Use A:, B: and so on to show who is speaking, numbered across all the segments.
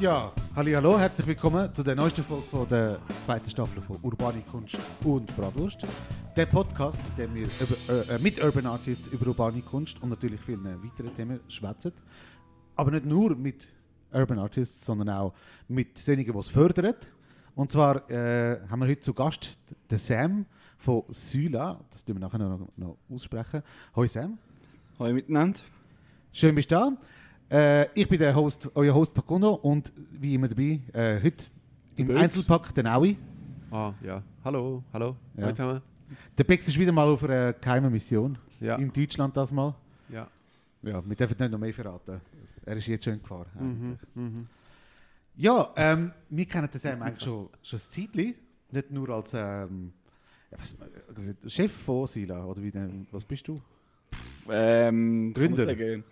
A: Ja, hallo, herzlich willkommen zu der neuesten Folge von der zweiten Staffel von Urbane Kunst und Bratwurst. Der Podcast, in dem wir über, äh, mit Urban Artists über urbane Kunst und natürlich vielen weiteren Themen schwätzen. Aber nicht nur mit Urban Artists, sondern auch mit denjenigen, die es fördern. Und zwar äh, haben wir heute zu Gast den Sam von Syla. Das tun wir nachher noch, noch aussprechen. Hoi Sam.
B: Hallo miteinander.
A: Schön bist du da. Äh, ich bin der Host, euer Host Pacuno und wie immer dabei, äh, heute im
B: Böx.
A: Einzelpack der Naui.
B: Ah, ja. Hallo, hallo.
A: Ja.
B: Hallo zusammen.
A: Der Bex ist wieder mal auf einer geheimen Mission.
B: Ja.
A: In Deutschland das mal.
B: Ja.
A: Ja, wir dürfen nicht noch mehr verraten. Er ist jetzt schon in Gefahr.
C: Mhm,
A: eigentlich. Ja, ähm, wir kennen das Sam eigentlich schon, schon ein Zeitchen. Nicht nur als ähm, ja, was, äh, Chef von Sila. Oder wie denn, was bist du?
B: Ähm, kann man
A: Gründer.
B: sagen,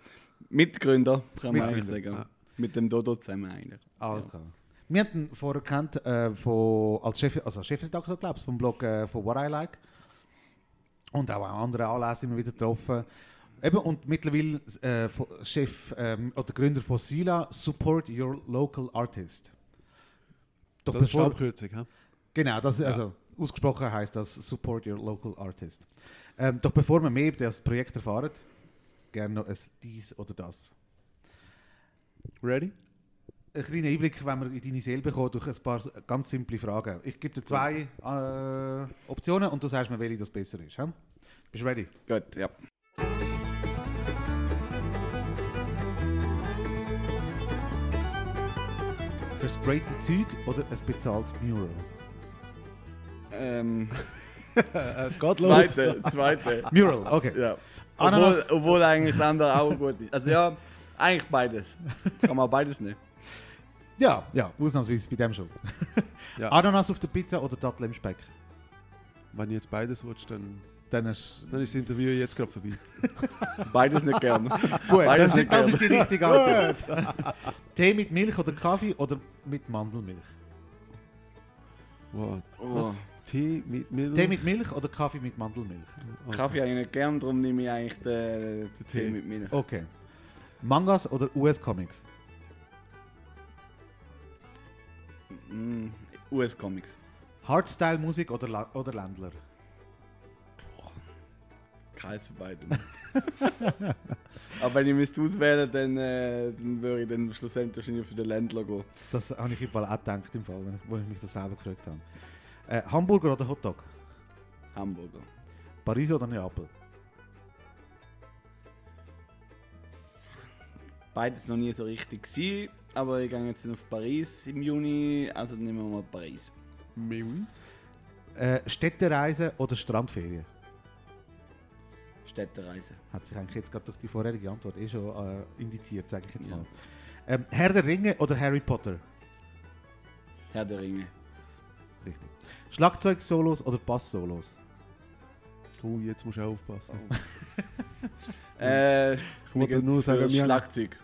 B: Mitgründer, kann man eigentlich
A: Mitgründer,
B: sagen. Mit dem Dodo zusammen eigentlich.
A: Alles klar. Also, Wir hatten ihn vorher kennt, äh, von, als, Chef, also als Chefredakteur, glaube ich, vom Blog äh, von What I Like. Und auch an anderen Anlässen immer wieder getroffen. Eben, und mittlerweile äh, von- Chef ähm, oder Gründer von Sila, Support Your Local Artist. Doch
C: Das ist die
A: bevor-
C: Abkürzung, hä?
A: Genau, das, also ausgesprochen heißt das Support Your Local Artist. Ähm, doch bevor wir mehr über das Projekt erfahren, gerne noch ein dies oder das.
C: Ready?
A: Ein kleiner Einblick, wenn wir in deine Seele bekommen, durch ein paar ganz simple Fragen. Ich gebe dir zwei äh, Optionen und du sagst mir, welche das besser ist. hä? Bist du ready?
B: Gut, ja.
A: Versprayte Zeug oder ein bezahltes Mural?
B: Ähm,
C: es geht
B: zweite, zweite.
A: Mural, okay.
B: ja.
A: Ananas-
B: Obwohl, obwohl eigentlich das andere auch gut ist. Also ja, eigentlich beides. Kann man beides nehmen.
A: Ja, ja, ausnahmsweise bei dem schon.
C: Ja.
A: Ananas auf der Pizza oder Dattel im Speck?
C: Wenn ich jetzt beides willst, dann,
A: Dann ist
C: dann ist das Interview jetzt gerade vorbei.
B: Beides nicht gern.
A: Gut,
B: Beides
A: das, ist,
B: nicht
A: das
B: gern.
A: ist die richtige Antwort. Tee mit Milch oder Kaffee oder mit Mandelmilch?
C: Wow.
B: Oh.
C: Was? Tee mit Milch?
A: Tee mit Milch oder Kaffee mit Mandelmilch?
B: Kaffee habe ich nicht gern, darum nehme ich eigentlich den, den Tee
C: Tee.
B: mit mir.
A: Okay. Mangas oder US-Comics?
B: Mm, US Comics.
A: Hardstyle-Musik oder, La oder Ländler?
B: Kreis von beiden. Aber wenn ich müsste auswählen, dann, äh, dann würde ich dann schlussendlich wahrscheinlich für den Ländler gehen.
A: Das habe ich im Fall auch gedacht, im Fall, wenn ich- wo ich mich das selber gefragt habe. Äh, Hamburger oder Hotdog?
B: Hamburger.
A: Paris oder Neapel?
B: Beides noch nie so richtig gewesen, aber ich gehe jetzt auf Paris im Juni, also nehmen wir mal Paris.
C: Milch?
A: Äh, Städtereise oder Strandferien?
B: Städtereise.
A: Hat sich eigentlich jetzt gerade durch die vorherige Antwort eh schon äh, indiziert, sage ich jetzt mal. Ähm, Herr der Ringe oder Harry Potter?
B: Herr der Ringe.
A: Richtig. Schlagzeug-Solos oder Bass-Solos?
C: Oh, jetzt musst du auch aufpassen.
B: Äh,
C: Ich wollte nur sagen, wir haben-
B: Schlagzeug.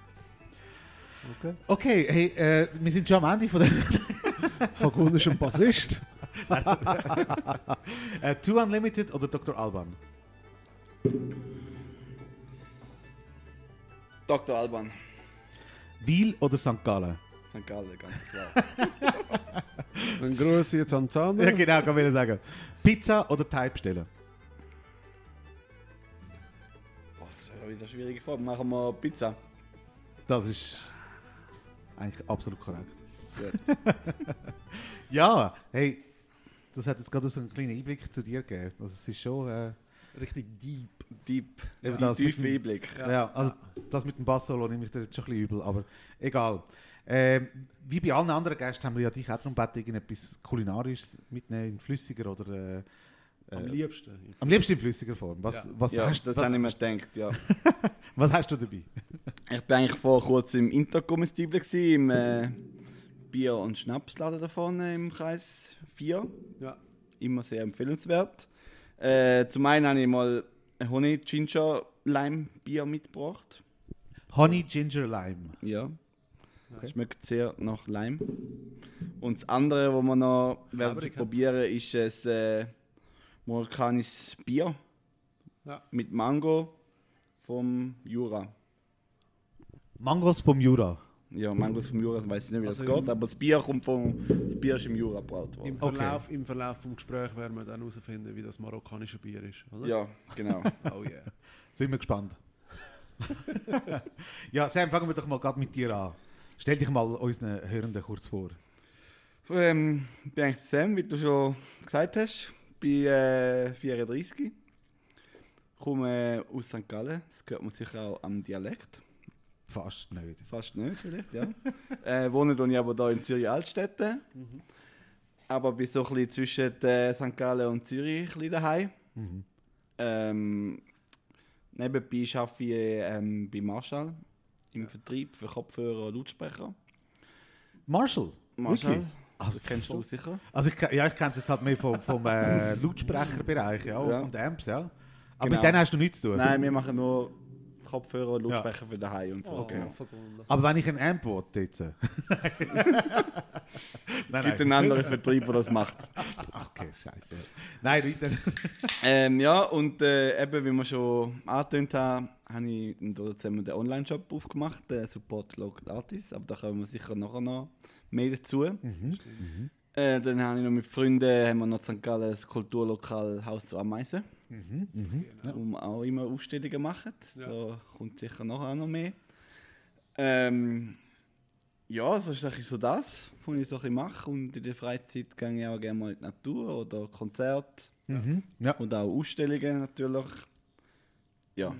C: Okay.
A: Okay, hey, äh, wir sind schon am Ende von der
C: Fagun ist ein Bassist.
A: äh, Two Unlimited oder Dr. Alban?
B: Dr. Alban.
A: Wiel oder St. Gallen?
B: St. Gallen, ganz klar.
C: Ein Gruß jetzt an Zander.
A: Ja, genau, kann ich sagen. Pizza oder Type bestellen?
B: Boah, das ist ja wieder eine schwierige Frage. Machen wir Pizza.
A: Das ist eigentlich absolut korrekt.
B: Gut.
A: Ja, hey, das hat jetzt gerade so einen kleinen Einblick zu dir gegeben. Also, es ist schon. Äh,
C: Richtig deep.
B: Deep.
A: Eben
B: Deep,
A: das mit
B: tiefer
A: dem-
B: Einblick.
A: ja. also das mit dem Bass-Solo nehme ich dir jetzt schon ein bisschen übel, aber egal. Ähm, wie bei allen anderen Gästen haben wir ja dich auch darum gebeten, irgendetwas Kulinarisches mitnehmen, in flüssiger oder. Äh,
C: Am
A: äh,
C: liebsten.
A: am liebsten in flüssiger Form. Was,
C: Ja.
A: was,
B: Ja,
A: hast,
B: das
A: was,
B: habe ich mir gedacht, ja.
A: was hast du dabei?
B: Ich bin eigentlich vor kurzem im Intercomestible gsi, im äh, Bier- und Schnapsladen da vorne im Kreis 4.
C: Ja.
B: Immer sehr empfehlenswert. Äh, zum einen habe ich mal ein Honey Ginger Lime Bier mitgebracht.
A: Honey Ginger Lime.
B: Ja. Schmeckt sehr nach Lime. Und das andere, was wir noch werden
C: Klebrig, hä?
B: probieren, ist ein äh, marokkanisches Bier
C: Ja.
B: mit Mango vom Jura.
A: Mangos vom Jura.
B: Ja, Mangos vom Jura, weiß ich nicht, wie das
C: Also im-
B: geht, aber das Bier kommt vom. Das Bier ist im Jura gebraut worden.
C: Im
A: Okay.
C: Verlauf, Im Verlauf des Gesprächs werden wir dann herausfinden, wie das marokkanische Bier ist, oder?
B: Ja, genau.
C: Oh yeah.
A: Sind wir gespannt. ja, Sam, fangen wir doch mal gerade mit dir an. Stell dich mal unseren Hörenden kurz vor.
B: ähm, ich bin eigentlich Sam, wie du schon gesagt hast. bin äh, 34. komme äh, aus St. Gallen. Das gehört man sicher auch am Dialekt.
A: Fast nicht.
B: Fast nicht, vielleicht, ja. äh, wohne tue ich aber hier in Zürich Altstädte. Aber bin so ein bisschen zwischen äh, St. Gallen und Zürich ein bisschen daheim. Ähm, nebenbei arbeite ich ähm, bei Marshall im Vertrieb für Kopfhörer und Lautsprecher.
A: Marshall?
B: Marshall,
A: Wirklich?
B: also kennst du sicher.
A: Also ich, ke- ja, ich kenne es jetzt halt mehr vom, vom äh, Lautsprecherbereich ja,
B: Ja.
A: und Amps, ja. Aber
B: Genau.
A: mit denen hast du nichts zu tun.
B: Nein, wir machen nur Kopfhörer und Lautsprecher für daheim und so. Genau.
C: Oh, verbunden.
A: Aber wenn ich einen Amp eh. will, jetzt... nein, nein.
B: Gibt einen anderen Vertrieb, der das macht.
A: Okay, scheiße. Nein, weiter.
B: Ähm, ja, und äh, eben, wie wir schon angetönt haben, habe ich dort zusammen den Online-Shop aufgemacht, den Support Local Artists, aber da kommen wir sicher nachher noch mehr dazu. Äh, dann habe ich noch mit Freunden, haben wir noch St. Gallen das Kulturlokal Haus zu Ameisen,
A: Hm?
B: um auch immer Ausstellungen machen, da kommt sicher nachher noch mehr. Ähm, ja, so ist eigentlich so das, was ich so ein bisschen mache und in der Freizeit gehe ich auch gerne mal in die Natur oder Konzerte.
A: Mhm. Ja.
B: Und auch Ausstellungen natürlich. Ja.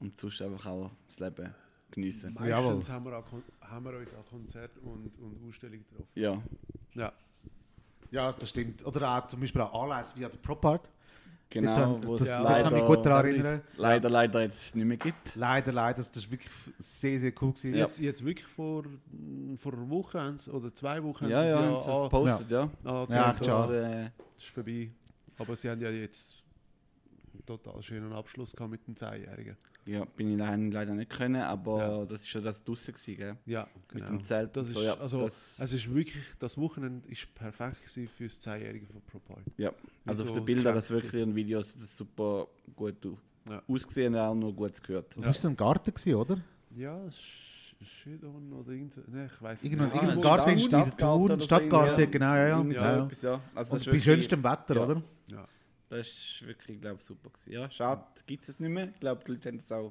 B: Und sonst einfach auch das Leben geniessen.
A: Jawohl.
C: Meistens haben wir, auch, Kon- haben wir uns an Konzert und, und Ausstellung getroffen.
B: Ja.
C: Ja.
A: ja, das stimmt. Oder auch zum Beispiel an Anlässe wie an der Propart.
B: Genau,
A: Dort-
B: wo es
A: das,
C: ja.
A: das kann mich gut daran erinnern.
B: leider, leider jetzt nicht mehr gibt.
A: Leider, leider, das war wirklich sehr, sehr cool. Gewesen.
B: Ja.
C: Jetzt, jetzt wirklich vor, mm, vor einer Woche haben sie- oder zwei Wochen haben
B: Ja,
C: sie
B: ja, haben
C: es
B: sie
C: ja,
B: es
C: an-
B: gepostet, ja.
C: angetönt,
A: Ja,
C: dass
A: klar.
B: Das, äh,
C: Das ist vorbei. Aber sie haben ja jetzt einen total schönen Abschluss gehabt mit dem Zehnjährigen.
B: ja, bin ich leider, leider nicht können, aber
C: Ja.
B: das ist schon das draussen gewesen, gell?
C: Ja,
B: Mit
C: genau.
B: dem Zelt
C: Das
B: und
C: ist,
B: so, ja,
C: also,
B: das-
C: es ist wirklich, das Wochenende ist perfekt gewesen für das Zehnjährige von Propart.
B: Ja. Also auf
C: Wieso
B: den Bildern hat es
C: das
B: wirklich und Videos das super gut au-
C: Ja.
B: ausgesehen und auch nur gut gehört.
A: Das war so ein Garten, gewesen, oder?
C: Ja, Sch- Schüdon oder irgend ne, ich weiß
A: Irgendwo-
C: nicht. Ah,
A: irgendwo
B: im
A: Ah, Garten in
B: Stadtgarten
A: der Tour,
B: oder so
A: Stadtgarten,
B: irgendwie,
A: genau, ja, ja.
B: Irgendwie so
A: Ja, ja.
B: etwas, ja. Also das
A: Und
B: ist
A: bei
B: wirklich-
A: schönstem Wetter, oder?
C: Ja.
B: Das ist wirklich, glaube ich, super. Gewesen. Ja, schade, gibt es es nicht mehr. Ich glaube, die Leute haben es auch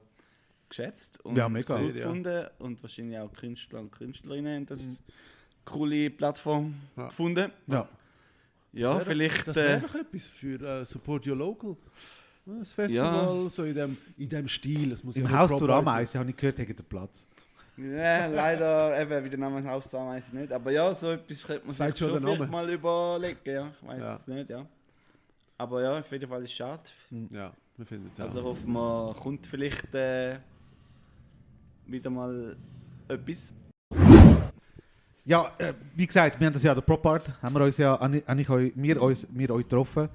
B: geschätzt und
A: Ja, mega.
B: gut
C: Sehr, ja. Mhm.
B: gefunden. Und wahrscheinlich auch Künstler und Künstlerinnen haben das coole Plattform
C: Ja.
B: gefunden.
A: Ja.
B: Ja,
C: Wär doch-
B: vielleicht.
C: Das
B: Äh,
C: wäre doch etwas für äh, Support Your Local. Das Festival, so in dem, in dem Stil. Es muss ja
A: Also Im
C: nicht
A: Haus zur
C: Propart sein.
A: Ameise habe ich gehört, hat der Platz.
B: ja, leider, eben, wie der Name Haus weiß ich nicht. Aber ja, so etwas könnte man
C: Sagt
B: sich
C: schon
B: schon
C: der Name.
B: vielleicht mal überlegen. Ja, ich weiß
C: Ja.
B: es nicht, ja. Aber ja, auf jeden Fall ist es schade.
C: Ja, wir finden es auch.
B: Also hoffen wir, kommt vielleicht äh, wieder mal etwas.
A: Ja, äh, wie gesagt, wir haben das ja an der Propart, haben wir uns ja, habe ich- habe ich euch, wir uns, wir euch getroffen.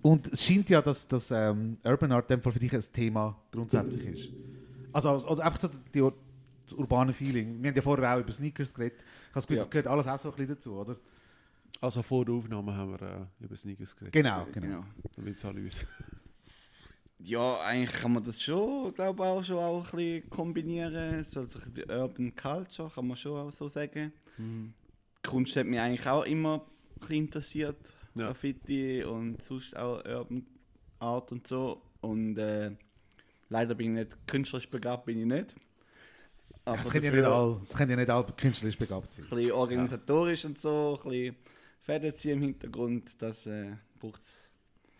A: Und es scheint ja, dass, dass ähm, Urban Art in dem Fall für dich ein Thema grundsätzlich ist. Also, also, also einfach so die, Ur- das urbane Feeling. Wir haben ja vorher auch über Sneakers geredet. Ich habe das Gefühl,
B: Ja.
A: das gehört alles auch so ein bisschen dazu, oder?
C: Also vor der Aufnahme haben wir äh, über Sneakers geredet,
A: Genau, genau.
B: Genau.
C: damit es alle wissen.
B: Ja, eigentlich kann man das schon, glaube auch schon auch ein bisschen kombinieren. So also ein bisschen Urban Culture kann man schon auch so sagen.
A: Mhm.
B: Die Kunst hat mich eigentlich auch immer ein bisschen interessiert.
C: Ja.
B: Graffiti und sonst auch Urban Art und so. Und äh, leider bin ich nicht künstlerisch begabt, bin ich nicht. Aber
A: Das können ja
B: dafür
A: nicht alle, das können ja nicht alle künstlerisch begabt sein.
B: Ein bisschen organisatorisch und so, ein bisschen Fäden ziehen im Hintergrund, das äh, braucht es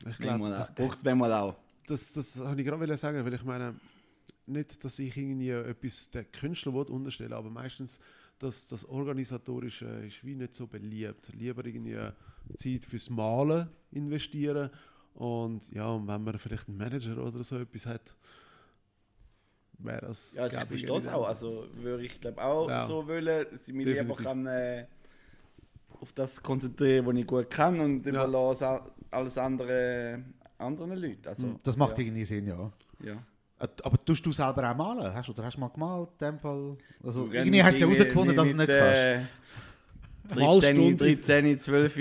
C: Ich
B: manchmal,
C: glaube,
B: auch- braucht's manchmal auch.
C: das, das habe ich gerade wollen sagen, weil ich meine, nicht, dass ich irgendwie etwas den Künstler will unterstellen aber meistens das, das Organisatorische ist wie nicht so beliebt. Lieber irgendwie Zeit fürs Malen investieren und ja, und wenn man vielleicht einen Manager oder so etwas hat, wäre das...
B: Ja, also ich
C: glaub
B: verstehe es auch. Also würde ich glaube auch
C: Ja.
B: so wollen, dass ich mich lieber
C: Definitiv.
B: kann, äh, auf das konzentrieren, was ich gut kann und
C: Ja.
B: überlasse a- alles andere anderen Leuten. Also,
A: Das macht
B: ja.
A: irgendwie Sinn, Hm, ja.
B: Ja.
A: Äh, Aber tust du selber auch malen? Hast, du- oder hast du mal gemalt in dem Fall? Also,
B: Du,
A: irgendwie hast du ja
B: irgendwie
A: herausgefunden, dass du es nicht
B: mit,
A: kannst.
B: äh,
A: Malstunde.
B: 13, 13, 12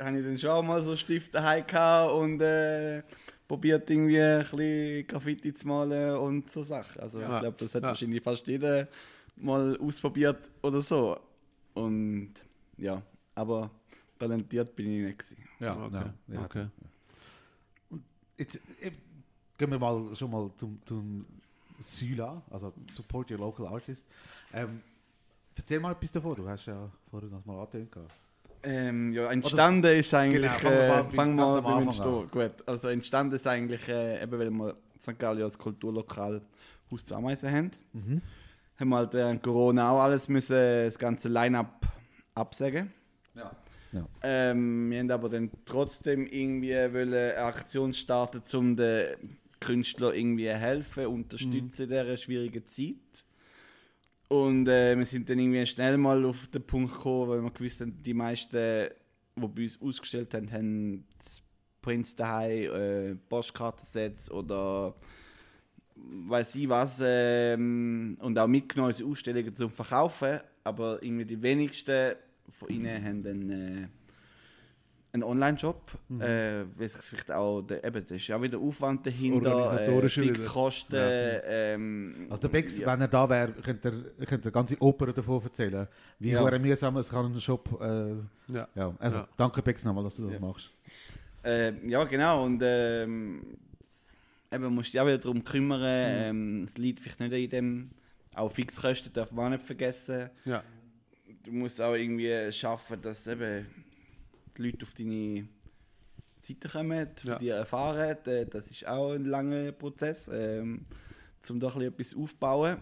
B: habe ich dann schon auch mal so Stift daheim gehabt und äh, probiert irgendwie ein bisschen Graffiti zu malen und so Sachen. Also
C: Ja.
B: ich glaube, das hat
C: Ja.
B: wahrscheinlich fast jeder mal ausprobiert oder so. Und ja, aber talentiert bin ich nicht. Gewesen.
A: Ja,
C: okay.
A: nein, ja.
C: okay.
A: Jetzt äh, gehen wir mal schon mal zum, zum Syla, also Support Your Local Artist. Ähm, erzähl mal etwas davon, du hast ja vorhin das mal angetönt. gehabt.
B: Ähm, ja, entstanden ist eigentlich.
A: Genau, fangen wir mal
B: äh,
A: bei-
B: fangen wir
A: ganz
B: mal
A: am
B: beim
A: Anfang
B: Entstehen. Gut, also entstanden ist eigentlich, äh, eben weil wir St. Gallen als Kulturlokal Haus zu Ameisen haben.
A: Mhm.
B: Haben wir halt während Corona auch alles müssen, äh, das ganze Line-up absagen.
A: Ja.
B: Ähm, wir haben aber dann trotzdem irgendwie wollen eine Aktion starten, um den Künstlern irgendwie helfen,
A: Mhm.
B: unterstützen in dieser schwierigen Zeit. Und äh, wir sind dann irgendwie schnell mal auf den Punkt gekommen, weil wir gewusst haben, die meisten, die bei uns ausgestellt haben, haben Prints daheim, äh, Postkartensets oder weiß ich was ähm, und auch mitgenommen unsere Ausstellungen zum Verkaufen, aber irgendwie die wenigsten von ihnen haben dann äh, einen Online-Shop,
C: Mhm.
B: äh, weil sich vielleicht auch, der, eben, das ist auch wieder Aufwand dahinter, äh,
C: Organisatorische wieder.
B: Fixkosten,
A: Ja.
B: ähm,
A: Also der Bex,
B: ja.
A: wenn er da wäre, könnte er, könnte er ganze Oper davon erzählen. Wie
B: Ja.
A: ja. mühsam es kann ein Shop... Äh,
C: Ja.
A: ja, also
C: Ja.
A: danke Bex nochmal, dass du das machst.
B: Äh, ja, genau. Und ähm, eben musst du dich auch wieder darum kümmern. Ähm, das Lied vielleicht nicht in dem. Auch Fixkosten darf man auch nicht vergessen.
C: Ja.
B: Du musst auch irgendwie schaffen, dass eben die Leute auf deine Seite kommen, von
C: Ja.
B: dir erfahren. Äh, Das ist auch ein langer Prozess, ähm, um da ein bisschen etwas aufzubauen.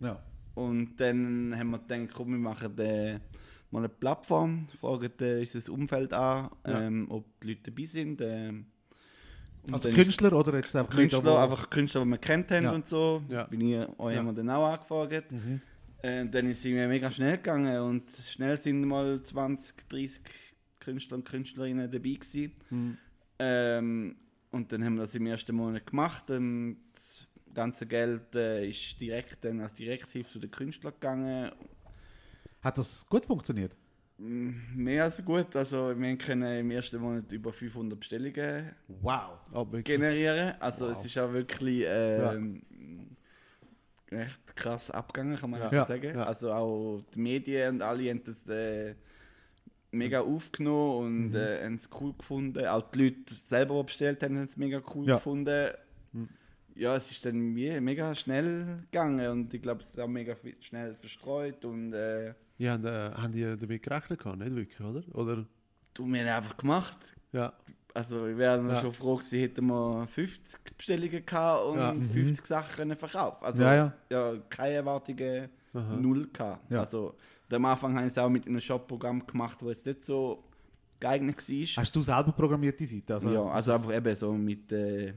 A: Ja.
B: Und dann haben wir gedacht, komm, wir machen äh, mal eine Plattform, fragen äh, unser Umfeld an,
C: Ja.
B: ähm, ob die Leute dabei sind. ähm. Und
A: Also
B: dann
A: Künstler oder jetzt einfach
B: ist- Künstler,
A: Leute, die-
B: einfach Künstler, die wir kennt haben
A: Ja.
B: und so.
C: Ja.
B: Bin ich euch
C: Ja.
B: immer dann auch angefragt.
A: Mhm.
B: Äh, dann ist es irgendwie mega schnell gegangen und schnell sind mal 20, 30 Künstler und Künstlerinnen dabei gewesen. Ähm, und dann haben wir das im ersten Monat gemacht. Ähm, das ganze Geld äh, ist direkt dann als Direkthilfe zu den Künstlern gegangen.
A: Hat das gut funktioniert?
B: M, Mehr als gut. Also wir können im ersten Monat über 500 Bestellungen
A: Wow.
C: Aber
B: generieren. Also
A: Wow.
B: es ist auch wirklich ähm, recht krass abgegangen, kann man
C: Ja.
B: so
A: Ja,
B: sagen.
C: ja.
B: Also auch die Medien und alle haben das äh, mega aufgenommen und
C: Mhm.
B: äh, haben es cool gefunden. Auch die Leute selber, die bestellt haben, haben es mega cool
A: Ja.
B: gefunden.
C: Mhm.
B: Ja, es ist dann wie mega schnell gegangen und ich glaube, es ist auch mega viel- schnell verstreut und äh,
C: ja, und, äh, haben die damit gerechnet? gehabt? Nicht wirklich, oder? Oder?
B: du mir einfach gemacht.
C: Ja.
B: Also wir wären
C: Ja.
B: schon froh gewesen, hätten wir 50 Bestellungen gehabt und
C: Ja.
B: 50 Sachen können verkaufen. Also
A: Mhm. Ja,
B: ja,
A: ja.
B: keine Erwartungen,
C: Aha.
B: null gehabt.
A: Ja.
B: Also und am Anfang habe ich es auch mit einem Shop-Programm gemacht, wo jetzt nicht so geeignet war.
A: Hast du selber programmiert die Seite? Also,
B: ja, also einfach eben so mit äh,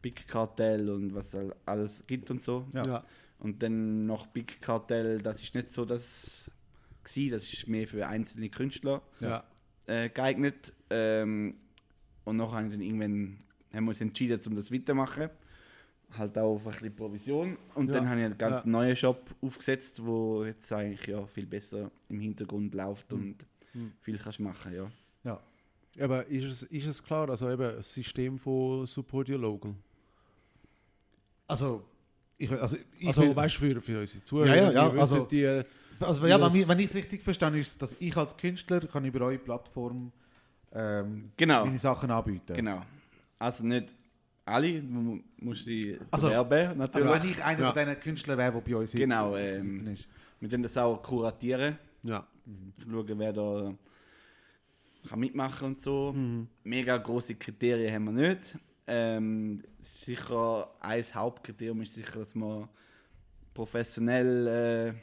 B: Big Cartel und was all- alles gibt und so.
A: Ja.
C: Ja.
B: Und dann noch Big Cartel, das ist nicht so das gewesen, das ist mehr für einzelne Künstler
C: Ja.
B: äh, geeignet. Ähm, und nachher haben wir dann irgendwann haben wir uns entschieden, um das weitermachen. Halt auch auf ein bisschen Provision. Und
C: Ja,
B: dann habe ich einen ganz
C: ja.
B: neuen Shop aufgesetzt, wo jetzt eigentlich ja viel besser im Hintergrund läuft
A: Hm.
B: und viel kannst machen, ja.
A: ja.
C: Aber ist es, ist es klar, also eben das System von Support Your Local?
A: Also, ich, also, ich
C: Also,
A: bin-
C: weißt du, für, für unsere Zuhörer,
A: Ja, ja, ja,
C: die wissen,
A: also-
C: die, äh,
A: also ja, wenn,
C: das-
A: ich- wenn ich es richtig verstanden ist, es, dass ich als Künstler kann über eure Plattform ähm,
B: Genau,
A: meine Sachen anbieten.
B: genau. Also nicht alle, du mu- musst die
A: Also-
B: werben natürlich.
A: Also wenn ich einer
C: Ja.
A: von diesen Künstlern wäre, der bei euch
B: Genau,
A: auf der
B: ähm,
A: Seite ist.
B: Wir können das auch kuratieren.
C: ja,
B: schauen, wer da kann mitmachen und so.
A: Mhm.
B: Mega große Kriterien haben wir nicht. Ähm, sicher ein Hauptkriterium ist sicher, dass man professionell, äh,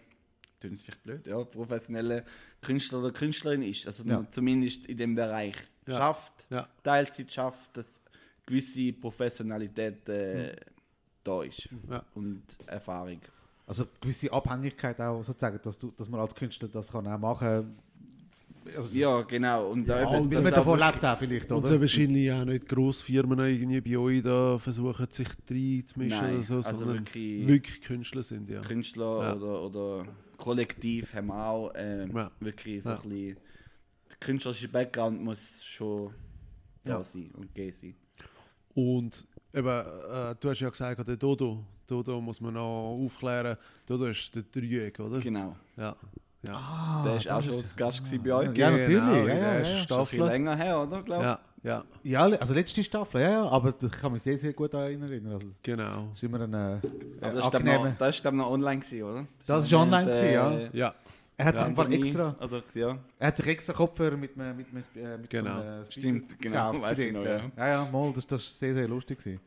B: klingt vielleicht blöd, ja, professionelle Künstler oder Künstlerin ist. Also dass
A: Ja.
B: man zumindest in dem Bereich
C: Ja.
B: schafft,
C: Ja.
B: Teilzeit schafft, dass gewisse Professionalität
A: Mhm.
B: äh, da ist
C: Ja.
B: und Erfahrung.
A: Also gewisse Abhängigkeit auch sozusagen, dass, du, dass man als Künstler das kann auch machen kann. Also,
B: Ja, genau. Und da
A: ja,
B: eben,
A: und
B: dass
A: man
B: auch
A: davon
B: wirklich-
A: lebt auch vielleicht,
C: Und so
A: oder?
C: wahrscheinlich auch nicht grosse Firmen irgendwie bei euch da versuchen, sich reinzumischen
B: Nein,
C: oder so,
B: also
C: sondern
B: wirklich-
C: wirklich, Künstler sind, ja.
B: Künstler
C: Ja.
B: oder, oder Kollektiv haben wir auch ähm,
C: Ja.
B: wirklich so
C: Ja.
B: ein bisschen. Der künstlerische Background muss schon da
A: Ja.
B: sein und gegeben sein.
C: Und Eben, äh, du hast ja gesagt, der Dodo, Dodo muss man noch aufklären. Dodo ist der Dreieck, oder?
B: Genau.
C: Ja. ja. Genau,
A: Ah,
B: der war auch
A: das
B: schon
A: ist-
B: zu Gast gewesen bei euch.
A: Ja, natürlich, ja,
C: in
A: ja,
C: der
A: ja,
C: ersten
A: ja.
B: Ist schon ein bisschen
C: Staffel.
B: länger her, oder? Glaub?
C: Ja, ja,
A: Ja, also letzte Staffel, ja, ja, aber ich kann mich sehr, sehr gut daran erinnern. Also,
C: genau.
A: das ist immer ein äh,
B: Aber das ist, glaub
A: angenehmer.
B: noch, das ist glaub noch online gewesen, oder? Also
A: Das ist
B: noch
A: online
B: nicht,
A: gewesen, ja.
C: Ja,
A: Er hat
C: Ja,
A: sich ein paar
B: Pandemie-
A: extra,
B: äh, Oder, ja.
A: er hat sich extra Kopfhörer mit einem, mit einem, äh, mit
C: Genau.
A: so einem Speaker
B: Stimmt, genau,
A: gekauft
B: weiss
A: für
B: ich
A: den,
B: noch,
A: äh,
B: ja.
A: Ja, ja, mal, das war sehr, sehr lustig. Gewesen.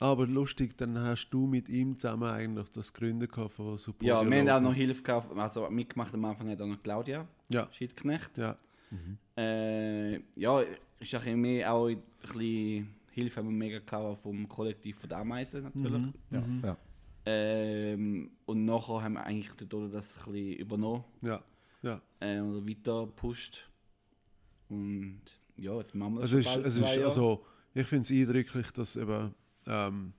C: aber lustig, dann hast du mit ihm zusammen eigentlich das Gründen gehabt von Support.
B: ja, wir haben
C: Europa.
B: auch noch Hilfe gehabt. Also mitgemacht am Anfang hat auch noch Claudia
C: Ja,
B: Schiedknecht.
C: ja,
B: Äh, ja, ist auch mehr auch ein bisschen Hilfe haben wir mega gehabt vom Kollektiv von der Ameisen natürlich.
C: Mhm.
A: Ja,
B: Mhm.
A: ja.
B: Ähm, und nachher haben wir eigentlich den Dodo das ein bisschen übernommen
C: ja, ja.
B: äh, oder weiter gepusht. Und ja, jetzt machen wir das
C: Also, ist,
B: schon bald
C: es
B: zwei
C: ist,
B: Jahre.
C: also ich finde es eindrücklich, dass eben, ähm,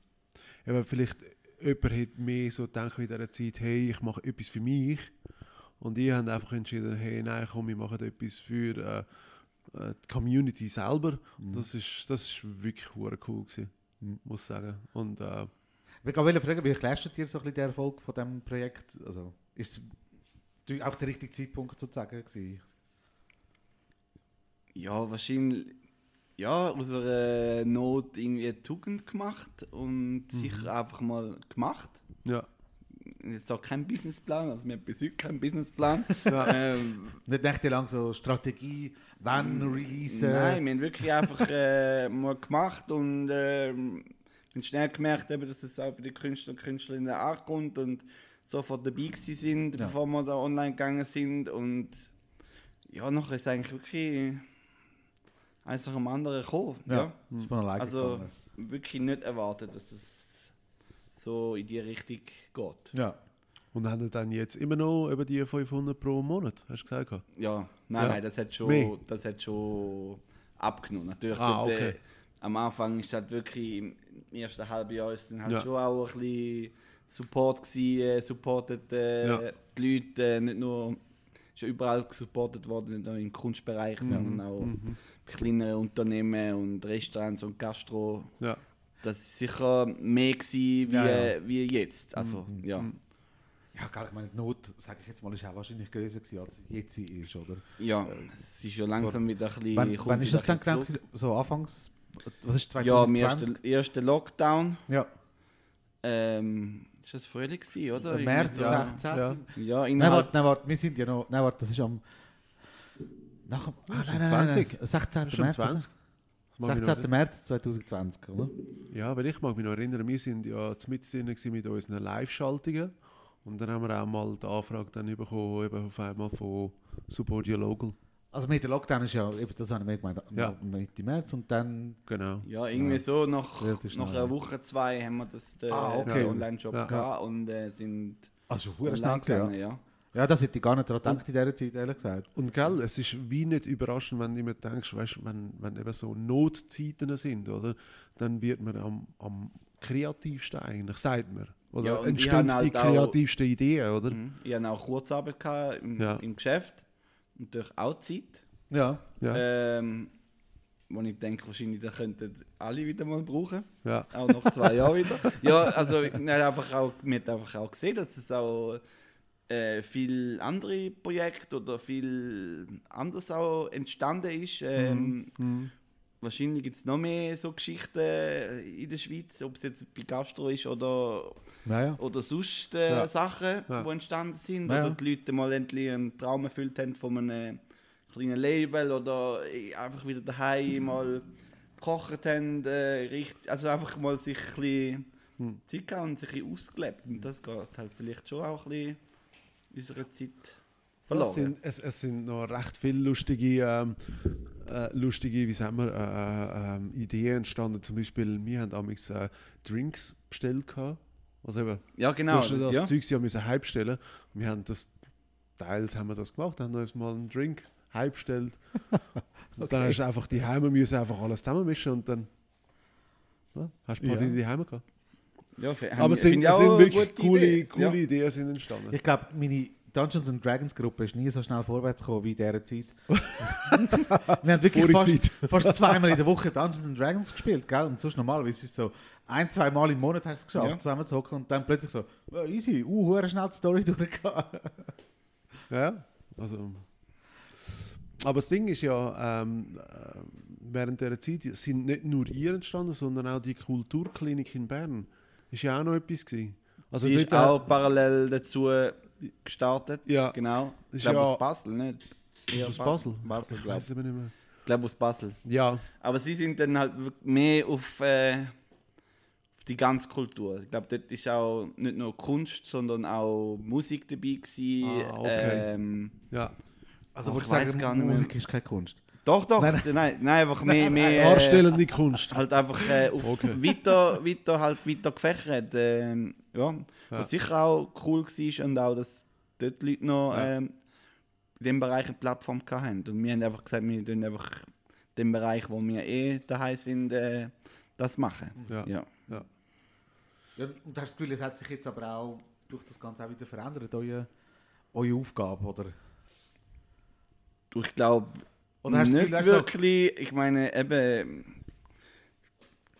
C: eben vielleicht jemand hat mehr so denken in dieser Zeit, hey, ich mache etwas für mich. Und die haben einfach entschieden, hey, nein, komm, wir machen etwas für äh, äh, die Community selber.
B: Mhm.
C: Das ist, das ist wirklich hure cool gewesen, muss ich sagen. Und äh,
A: Ich wollte fragen, wie klasht dir so ein bisschen der Erfolg von diesem Projekt? Also, ist es auch der richtige Zeitpunkt sozusagen gewesen?
B: Ja, wahrscheinlich. Ja, aus einer Not irgendwie eine Tugend gemacht
C: Mhm.
B: und sicher einfach mal gemacht.
C: ja,
B: Jetzt auch kein Businessplan, also wir haben bis heute keinen Businessplan. ähm,
A: Nicht nächtelang so Strategie, wann releasen?
B: Nein, wir haben wirklich einfach äh, mal gemacht und ähm, wir haben schnell gemerkt, eben, dass es auch bei den Künstlern und Künstlerinnen ankommt und sofort dabei gewesen sind,
A: Ja.
B: bevor wir da online gegangen sind. Und ja, nachher ist eigentlich wirklich eins nach dem anderen gekommen. Ja.
A: Ja, ist man alleine
B: Also
A: gegangen.
B: wirklich nicht erwartet, dass das so in die Richtung geht.
A: Ja.
C: und haben dann jetzt immer noch eben die 500 pro Monat, hast du gesagt? gehabt?
B: Ja, nein,
C: Ja.
B: nein, das hat
C: Mehr?
B: schon, das hat schon abgenommen. Natürlich,
C: Ah,
B: dort, äh,
C: okay.
B: am Anfang ist halt wirklich im im ersten halben Jahr ist dann halt
C: Ja.
B: schon auch ein bisschen Support gewesen, äh, supportet äh,
C: Ja.
B: die Leute, äh, nicht nur schon überall gesupportet worden, nicht nur im Kunstbereich,
A: Mhm.
B: sondern auch bei kleineren Unternehmen und Restaurants und Gastro.
C: Ja,
B: Das ist sicher mehr gewesen wie,
A: Ja, Mhm. ja.
B: äh, wie jetzt. Also, ja.
A: Ja, gar, ich meine, die Not, sage ich jetzt mal, ist auch wahrscheinlich größer gewesen, als jetzt sie ist, oder?
B: Ja, es ist ja langsam wieder ein bisschen.
A: Wann,
B: kommt
A: wann ist
B: wieder
A: das dann
B: ein bisschen
A: genau?
B: zurück.
A: gewesen? So anfangs, was ist
B: Ja, im
A: 2020?
B: ersten, ersten Lockdown.
A: Ja,
B: Ähm, ist das Frühling gewesen, oder?
A: im März
B: ja.
A: 16.
C: Ja.
B: Ja,
A: Nein,
B: innerhalb...
A: warte, nein, warte, wir sind ja noch, nein, warte, das ist am, nach, dem- ah, nein, nein, nein,
C: 20.
A: nein, 16.
C: das ist am
A: März,
C: 20. Das mag mich noch
A: 16. März 2020, oder?
C: Ja, weil ich mag mich noch erinnern, wir sind ja mitten drin gewesen mit unseren Live-Schaltungen. Und dann haben wir auch mal die Anfrage dann bekommen, eben auf einmal von Support Your Local.
A: Also mit dem Lockdown ist ja, eben, das habe ich mir gemeint,
C: Ja.
A: am Mitte März und dann,
C: Genau.
B: Ja, irgendwie so, nach,
A: Relativ
B: nach
A: schnell.
B: einer Woche, zwei haben wir das äh,
A: Ah, okay.
B: den Online-Job
C: Ja.
B: gehabt und äh, sind
A: also schon
B: online
A: schnell
B: gegangen,
A: gewesen,
B: ja.
A: ja. Ja, das hätte ich gar nicht daran gedacht in dieser Zeit, ehrlich gesagt.
C: Und gell, es ist wie nicht überraschend, wenn du immer denkst, weißt, wenn, wenn eben so Notzeiten sind, oder? Dann wird man am, am kreativsten eigentlich, sagt man. Oder
B: Ja, und ich
C: entstehen
B: habe halt
C: die
B: auch-
C: kreativsten Ideen, oder?
B: Mhm. Ich hatte auch Kurzarbeit gehabt im,
C: Ja.
B: im Geschäft. Natürlich auch Zeit.
A: Ja.
C: Ja,
B: Ähm, wo ich denke, wahrscheinlich das könnten alle wieder mal brauchen.
C: ja,
B: Auch nach zwei Jahren wieder. Ja, also man hat einfach auch, man hat einfach auch gesehen, dass es auch äh, viel andere Projekte oder viel anders auch entstanden ist. Ähm,
C: Mhm.
B: Wahrscheinlich gibt es noch mehr so Geschichten äh, in der Schweiz, ob es jetzt bei Gastro ist oder,
A: Naja.
B: oder sonst äh,
C: Ja.
B: Sachen, die
C: Ja.
B: entstanden sind.
A: Ja.
B: Oder die Leute mal endlich einen Traum erfüllt haben von einem äh, kleinen Label oder äh, einfach wieder daheim
C: Mhm.
B: mal gekocht haben. Äh, richt- also einfach mal sich ein bisschen
C: Mhm.
B: Zeit gehabt und sich ein bisschen ausgelebt. Und das geht halt vielleicht schon auch ein bisschen unserer Zeit verloren.
C: Es sind, es, es sind noch recht viele lustige, ähm, äh, lustige wie sagen wir, äh, ähm, Ideen entstanden. Zum Beispiel, wir haben damals äh, Drinks bestellt. Gehabt. Also eben,
B: ja, genau.
C: du hast ja das
B: ja.
C: Zeug ja müssen hype stellen. Und Wir haben das, teils haben wir das gemacht, haben uns mal einen Drink hype bestellt. Und dann hast du einfach die Heime müssen einfach alles zusammenmischen und dann ja, hast du ein paar
A: Ja.
C: ja. die Heime gehabt.
B: Ja, f-
C: Aber
B: haben-
C: es sind,
B: finde ich
C: es
B: auch
C: sind
B: eine
C: wirklich
B: gute
C: coole,
B: Idee.
C: coole
B: Ja.
C: Ideen sind entstanden.
A: Ich glaube, meine Dungeons and Dragons Gruppe ist nie so schnell vorwärts gekommen wie in dieser Zeit. wir haben wirklich
D: Vorige
A: fast, fast zweimal in der Woche Dungeons and Dragons gespielt, gell? Und sonst normalerweise ist es so, ein, zwei Mal im Monat hast du es geschafft,
B: Ja.
A: zusammenzuhocken und dann plötzlich so, oh, easy, uh, hure schnell die Story durchgegangen.
C: Ja, also. Aber das Ding ist ja, ähm, äh, während dieser Zeit sind nicht nur ihr entstanden, sondern auch die Kulturklinik in Bern. Ist ja auch noch etwas gewesen. Also
B: Die ist
C: dort, äh,
B: auch parallel dazu gestartet.
C: Ja.
B: Genau. Ich
C: Ist
B: glaube
C: ja-
B: aus Basel, nicht? Eher
C: aus Basel.
B: Basel,
C: ich
B: glaube
C: weiß
B: ich.
C: aber nicht mehr.
B: Ich glaube aus Basel.
C: Ja,
B: Aber sie sind dann halt wirk- mehr auf, äh, auf die ganze Kultur. Ich glaube, dort ist auch nicht nur Kunst, sondern auch Musik dabei gewesen.
C: Ah, okay.
B: ähm,
C: ja.
A: Also,
B: Ach,
A: wo du
B: ich
A: sagst,
B: weiß gar nicht mehr.
A: Musik ist keine Kunst.
B: doch, doch. Nein, nein, einfach mehr, mehr. äh,
C: Darstellende Kunst.
B: halt einfach äh, auf
C: Okay.
B: weiter, weiter, halt weiter gefächert. Ähm, ja. Was sicher auch cool war und auch, dass dort Leute noch
C: Ja.
B: ähm, in dem Bereich eine Plattform hatten. Und wir haben einfach gesagt, wir tun einfach den Bereich, wo wir eh daheim sind, äh, das machen.
C: Ja.
B: Ja.
C: ja.
A: Ja, und hast du das Gefühl, es hat sich jetzt aber auch durch das Ganze auch wieder verändert, eure, eure Aufgabe, oder?
B: Du, Ich glaube,
A: Oder hast du das
B: nicht
A: Gefühl, also-
B: wirklich. Ich meine, eben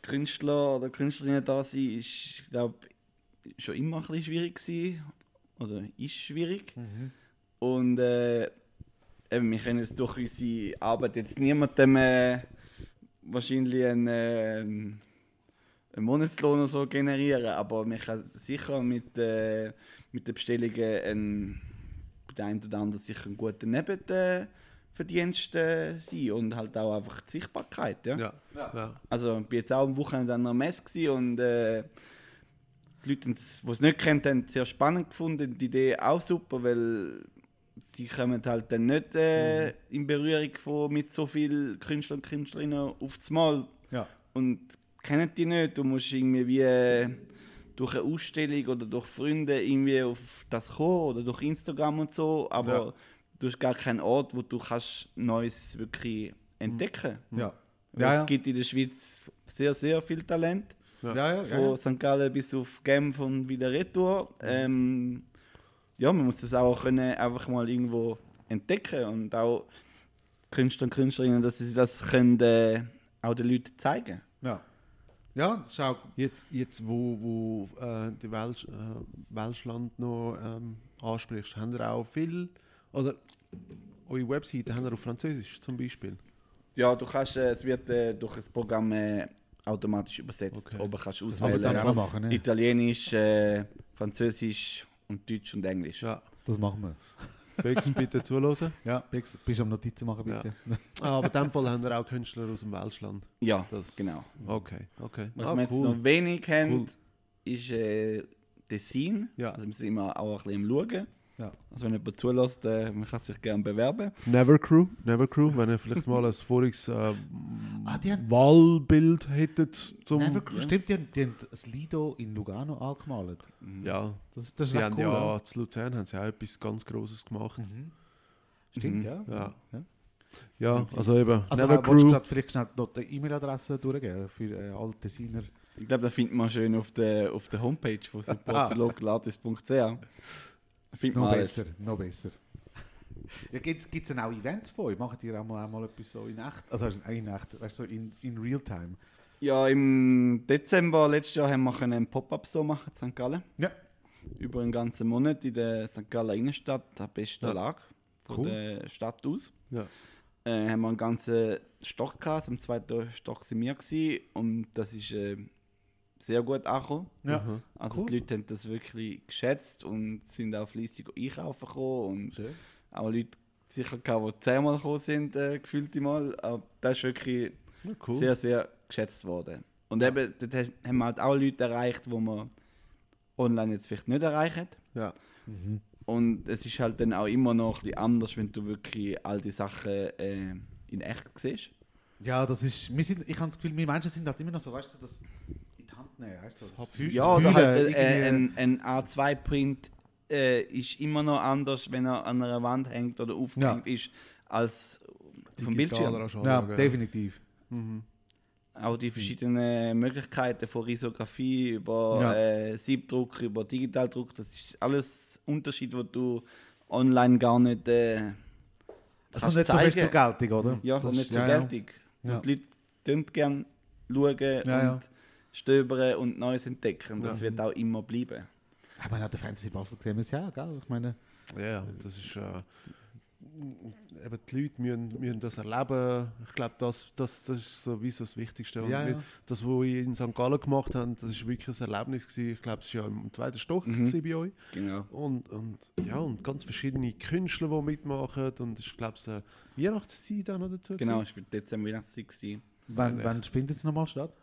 B: Künstler oder Künstlerinnen da sein, ist, glaube schon immer ein bisschen schwierig gewesen. Oder ist schwierig.
A: Mhm.
B: Und äh, eben, wir können jetzt durch unsere Arbeit jetzt niemandem äh, wahrscheinlich einen, äh, einen Monatslohn oder so generieren, aber man kann sicher mit, äh, mit den Bestellungen einen, der ein oder andere sicher einen guten Nebenverdienst äh, sein und halt auch einfach die Sichtbarkeit. Ja?
C: Ja. Ja.
B: Also ich war jetzt auch am Wochenende an einer Messe gewesen und äh, die Leute, die es nicht kennen, haben es sehr spannend gefunden. Die Idee auch super, weil die kommen halt dann nicht äh, in Berührung von, mit so vielen Künstlern und Künstlerinnen auf das Mal
A: Ja.
B: und kennen die nicht. Du musst irgendwie wie äh, durch eine Ausstellung oder durch Freunde irgendwie auf das kommen oder durch Instagram und so, aber
C: Ja.
B: du hast gar keinen Ort, wo du kannst Neues wirklich entdecken.
A: Ja.
B: Weil
A: Ja, ja.
B: Hm. Es gibt in der Schweiz sehr, sehr viel Talent.
A: Ja, ja, ja.
B: Von St. Gallen bis auf Genf und wieder retour. Ähm, ja, man muss das auch können, einfach mal irgendwo entdecken und auch Künstler und Künstlerinnen, dass sie das können, äh, auch den Leuten zeigen.
A: Ja, ja das ist auch
C: Jetzt, jetzt, wo, wo äh, die Welsch, äh, Welschland noch ähm, ansprichst, haben ihr auch viel, oder eure Webseite haben ihr auf Französisch zum Beispiel.
B: Ja, du kannst, äh, es wird äh, durch das Programm äh, automatisch übersetzt.
C: Okay.
B: Oben kannst du
A: das muss
B: auswählen.
A: man dann auch noch machen. Ne?
B: Italienisch, äh, Französisch und Deutsch und Englisch.
C: Ja,
A: Das machen wir.
C: Böcksen bitte zuhören.
A: Ja, Bix, bist du am Notizen machen,
C: Ja.
A: bitte?
C: Ah, aber in dem Fall haben wir auch Künstler aus dem Welschland.
B: Ja,
C: Das,
B: genau.
C: Okay, okay.
B: Was
C: Ah,
B: wir jetzt
C: cool.
B: noch wenig haben,
C: Cool.
B: ist äh, Tessin.
C: Ja.
B: Also wir sind immer auch ein bisschen am Schauen.
A: Ja.
B: Also wenn jemand zulässt, äh, man kann sich gerne bewerben.
C: Never Crew, Never Crew, wenn ihr vielleicht mal ein voriges äh,
A: Ah, die haben-
C: Wahlbild hättet zum...
A: Nevercrew, stimmt, die haben, die haben das Lido in Lugano angemalt.
C: Ja,
A: Mhm. Das, das ist
C: sie
A: echt
C: haben
A: cool. Mhm.
C: ja, zu Luzern haben sie auch etwas ganz Grosses gemacht.
A: Stimmt, ja.
C: Ja.
A: Mhm. Ja.
C: Ja, also eben,
A: Also,
C: Never
A: äh, willst du
C: Crew.
A: grad vielleicht schnell noch die E-Mail-Adresse durchgeben für äh, alle Designer?
B: Ich glaube, das findet man schön auf der, auf der Homepage von
C: Ah.
B: supportlocalartist.ch. Findet
A: Noch
B: man alles.
A: besser, noch besser. Ja, gibt es denn auch Events von euch? Macht ihr auch mal, auch mal etwas so in echt? Also in echt, weißt du, so in, in real time?
B: Ja, im Dezember letztes Jahr haben wir können einen Pop-Up so machen in St. Gallen.
A: Ja.
B: Über einen ganzen Monat in der St. Gallen Innenstadt, an bester
C: Ja.
B: Lage von
A: Cool.
B: der Stadt aus.
C: Ja.
B: äh, haben wir einen ganzen Stock gehabt. Am zweiten Stock waren wir gewesen, und das ist äh, sehr gut angekommen.
A: Ja.
C: Mhm.
B: Also
A: Cool.
B: die Leute haben das wirklich geschätzt und sind auch fleissig einkaufen gekommen und
A: Schön.
B: auch Leute sicher gehabt, die zehnmal gekommen sind, äh, gefühlte Mal. Aber das ist wirklich
C: Ja, cool.
B: sehr, sehr geschätzt worden. Und eben, dort ha- haben wir halt auch Leute erreicht, die man online jetzt vielleicht nicht erreichen.
C: ja.
A: Mhm.
B: Und es ist halt dann auch immer noch ein bisschen anders, wenn du wirklich all die Sachen äh, in echt siehst.
A: Ja, das ist. Wir sind, ich habe das Gefühl, wir Menschen sind halt immer noch so, weißt du, das in die Hand nehmen, weißt du, das Fühl-
B: Ja,
A: das
B: oder
A: Fühlen
B: halt äh,
A: irgendwie.
B: ein, ein A2-Print äh, ist immer noch anders, wenn er an einer Wand hängt oder aufgehängt ist, als vom Bildschirm.
A: ja, definitiv.
B: Auch die verschiedenen Möglichkeiten von Risografie über
A: Ja.
B: äh, Siebdruck, über Digitaldruck, das ist alles Unterschied, wo du online gar nicht. Äh,
A: Das ist
B: kannst
A: nicht so viel
B: zeigen.
A: zur Geltung, oder?
B: Ja, das
A: das
B: nicht so
A: ja,
B: geltig.
A: Ja.
B: Und die Leute tun gerne schauen
A: ja.
B: und stöbern und Neues entdecken. Das
C: Ja.
B: wird auch immer bleiben.
A: Ja. Ich meine, hat der Fantasy Basel gesehen, ist ja, gell? Ich meine,
C: Mhm. Ja, und das ist. Äh, eben die Leute müssen, müssen das erleben. Ich glaube, das, das, das ist sowieso das Wichtigste. Und
A: Ja,
C: wir-
A: ja.
C: Das, was wir in St. Gallen gemacht haben, das ist wirklich ein Erlebnis. Gewesen. Ich glaube, es war ja im zweiten Stock gewesen bei euch.
B: Genau.
C: Und, und, ja, und ganz verschiedene Künstler, die mitmachen. Und ich glaube, es äh, Weihnachtszeit auch noch dazu.
B: Genau,
C: gewesen.
B: ich war Dezember Weihnachtszeit. gewesen.
A: wann,
C: Ehrlich.
A: wann findet es nochmal statt?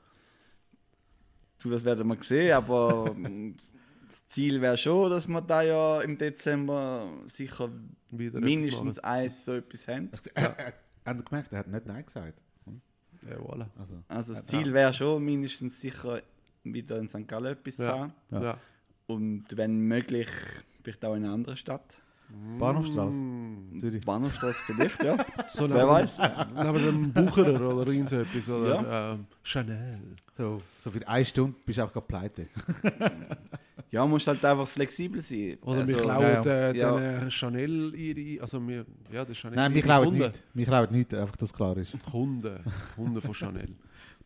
B: Du, das werden wir sehen, aber mm, das Ziel wäre schon, dass wir da ja im Dezember sicher
C: Wieder etwas
B: mindestens eins so etwas haben.
A: Haben Sie gemerkt, er hat nicht Nein gesagt.
C: Ja, voilà.
A: Also,
B: Also das Ziel wäre schon mindestens sicher wieder in St. Gallen etwas zu haben.
A: Ja.
C: Ja.
B: Und wenn möglich, vielleicht auch in einer anderen Stadt.
A: Bahnhofstraße,
C: Mm.
A: Zürich.
B: Bahnhofstraße vielleicht, ja.
C: So
B: Wer weiß.
C: Neben dem Bucherer oder irgend so etwas. Oder ähm, Chanel.
A: So, so für eine Stunde bist du auch gerade pleite.
B: Ja, musst halt einfach flexibel sein.
C: Oder
B: Also,
C: wir klauen
A: ja, ja.
C: äh,
B: Ja.
C: den, äh, Chanel ihre. Also wir, ja, der Chanel
A: Nein, wir
C: ihre
A: klauen
C: Kunden.
A: nichts. Wir klauen nichts, einfach, dass klar ist.
C: Kunden. Kunden von Chanel.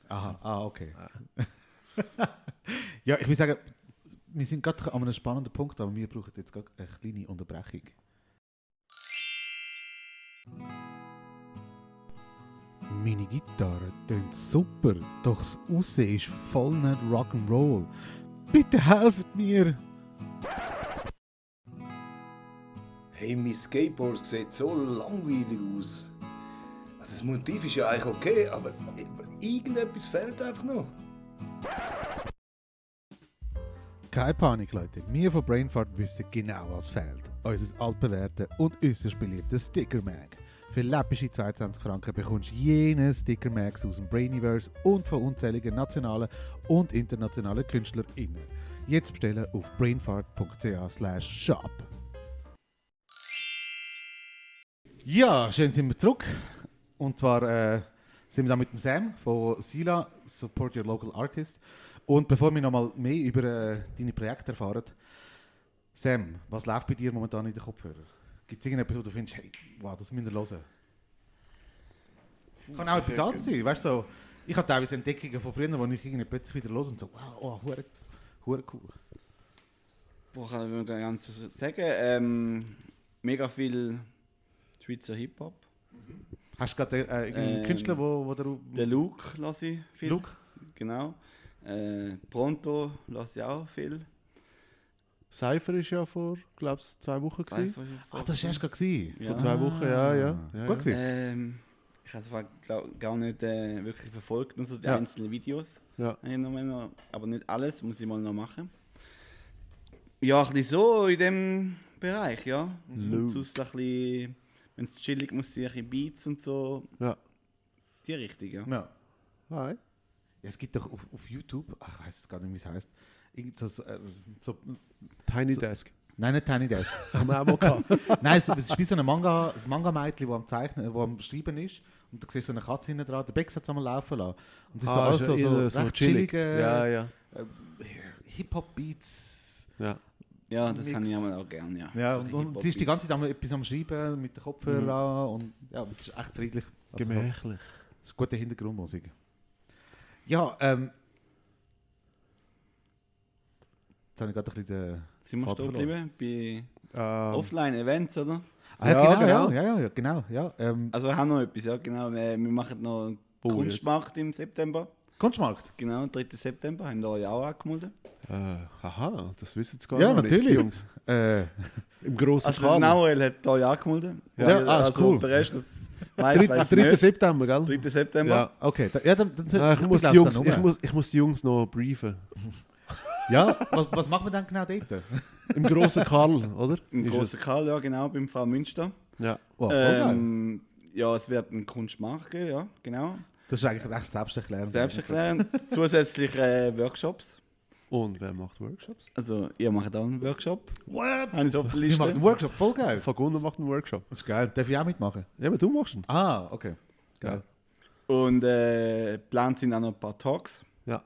A: Aha, ah, okay. ja, ich will sagen, wir sind gerade an einem spannenden Punkt, aber wir brauchen jetzt gerade eine kleine Unterbrechung. Meine Gitarre tönt super, doch das Aussehen ist voll nicht Rock'n'Roll. Bitte helft mir!
D: Hey, mein Skateboard sieht so langweilig aus. Also das Motiv ist ja eigentlich okay, aber, aber irgendetwas fehlt einfach noch.
A: Keine Panik, Leute. Wir von Brainfart wissen genau, was fehlt. Unser altbewährtes und äußerst beliebtes Sticker-Mag. Für läppische 22 Franken bekommst du jene Sticker-Mags aus dem Brainiverse und von unzähligen nationalen und internationalen KünstlerInnen. Jetzt bestellen auf brainfart.ch shop. Ja, schön sind wir zurück. Und zwar äh, sind wir da mit dem Sam von Sila, Support Your Local Artist. Und bevor wir nochmal mehr über äh, deine Projekte erfahren, Sam, was läuft bei dir momentan in den Kopfhörern? Gibt es irgendetwas, wo du findest, hey, wow, das müssen wir hören? Kann auch etwas anderes sein, weißt du? So, ich habe teilweise Entdeckungen von früher, wo ich irgendwie plötzlich wieder höre und so, wow, oh, hure, hure cool.
B: Boah, kann ich gar nicht so sagen. Ähm, mega viel Schweizer Hip-Hop.
A: Hast du gerade äh, irgendeinen
B: Ähm,
A: Künstler, wo, wo der
B: Den Luke lasse ich viel.
A: Luke?
B: Genau. Äh, Pronto lasse ich auch viel.
C: Cypher ist ja vor, glaube ich, zwei Wochen. Gewesen.
B: Cypher ist
A: Ah, das war erst gerade. gewesen.
B: Ja.
C: Vor zwei Wochen, ja, ja. ja,
A: Ah. Gut
C: ja.
A: gewesen.
B: Ähm, ich habe es gar nicht äh, wirklich verfolgt, nur so die
A: Ja.
B: einzelnen Videos.
C: Ja.
B: Habe ich noch mal noch, aber nicht alles, muss ich mal noch machen. Ja, ein bisschen so in dem Bereich, ja. Und sonst ein bisschen, wenn es chillig muss, ein bisschen Beats und so,
C: ja.
B: die Richtung, ja.
A: Ja.
C: Hi.
A: Ja, es gibt doch auf, auf YouTube, ach, ich weiß jetzt gar nicht, wie es heißt. Irgend so, äh, so,
C: Tiny Desk.
A: nein, nicht Tiny Desk.
C: Haben wir auch mal gehabt.
A: nein, es, es ist wie so ein Manga, ein Manga-Mädchen, das am Zeichnen, wo am Schreiben ist. Und du siehst so eine Katze hinten dran. Der Bex hat es einmal laufen lassen. Und es ist
C: Ah,
A: so, alles so, so,
C: eher
A: so recht chillige
C: Ja, ja.
A: Hip-Hop-Beats.
C: ja.
B: Ja, das
A: Mix.
B: habe ich auch mal auch gerne, ja.
A: Ja,
B: So
A: und,
B: ein
A: und sie ist die ganze
B: Hip-Hop-Beats.
A: Zeit am- etwas am Schreiben mit den Kopfhörern an. Und, ja, und das ist echt friedlich. Also,
C: Gemächlich.
A: Das ist gute Hintergrundmusik. Ja, ähm. Jetzt habe ich gerade ein bisschen den.
B: Sind wir
A: Faden
B: stehen
A: verloren.
B: geblieben bei
C: Ähm,
B: Offline-Events, oder?
A: Ah, ja,
C: Ja,
A: genau, ja, ja, ja, genau. Ja. Ähm,
B: Also wir haben noch etwas, ja genau. Wir, wir machen noch einen
A: Oh,
B: Kunstmarkt im September.
A: Kunstmarkt.
B: Genau, 3. September, haben wir ja auch angemeldet.
C: äh, aha, das wissen sie gar
A: Ja,
C: noch
A: natürlich.
C: nicht. Jungs.
A: Äh,
C: Im grossen
B: Also
C: Kader.
B: der Noel hat da ja angemeldet.
A: Ja, ah, ist
B: also
A: cool.
B: der Rest, das weiß,
C: Dritt-
B: weiß
C: 3.
B: ich nicht.
C: September, gell?
B: 3. September.
C: Ja.
A: okay, da, ja, dann, dann
C: Ah, ich, muss
A: lauf's
C: die
A: dann
C: Jungs,
A: um.
C: ich, muss, ich muss die Jungs noch briefen.
A: Ja, was, was machen wir dann genau dort?
C: Im grossen Karl, oder?
B: Im
C: Ist
B: grossen Karl, ja genau, beim Frau Münster.
C: es- Ja.
A: Wow, voll geil.
B: Ähm, ja, es wird einen Kunstmarkt geben, ja, genau.
A: das ist eigentlich recht selbsterklärend.
B: Selbst erklären. Zusätzlich äh, Workshops.
C: Und wer macht Workshops?
B: Also, ihr macht auch einen Workshop.
A: What?
B: Habe ich so auf der
A: Wir machen einen
B: Liste.
A: Workshop, voll geil.
C: Fagundo macht einen Workshop.
A: Das ist geil. Darf ich auch mitmachen?
C: Ja, aber du machst ihn.
A: Ah, okay. Geil.
B: Und äh, geplant sind auch noch ein paar Talks.
C: Ja.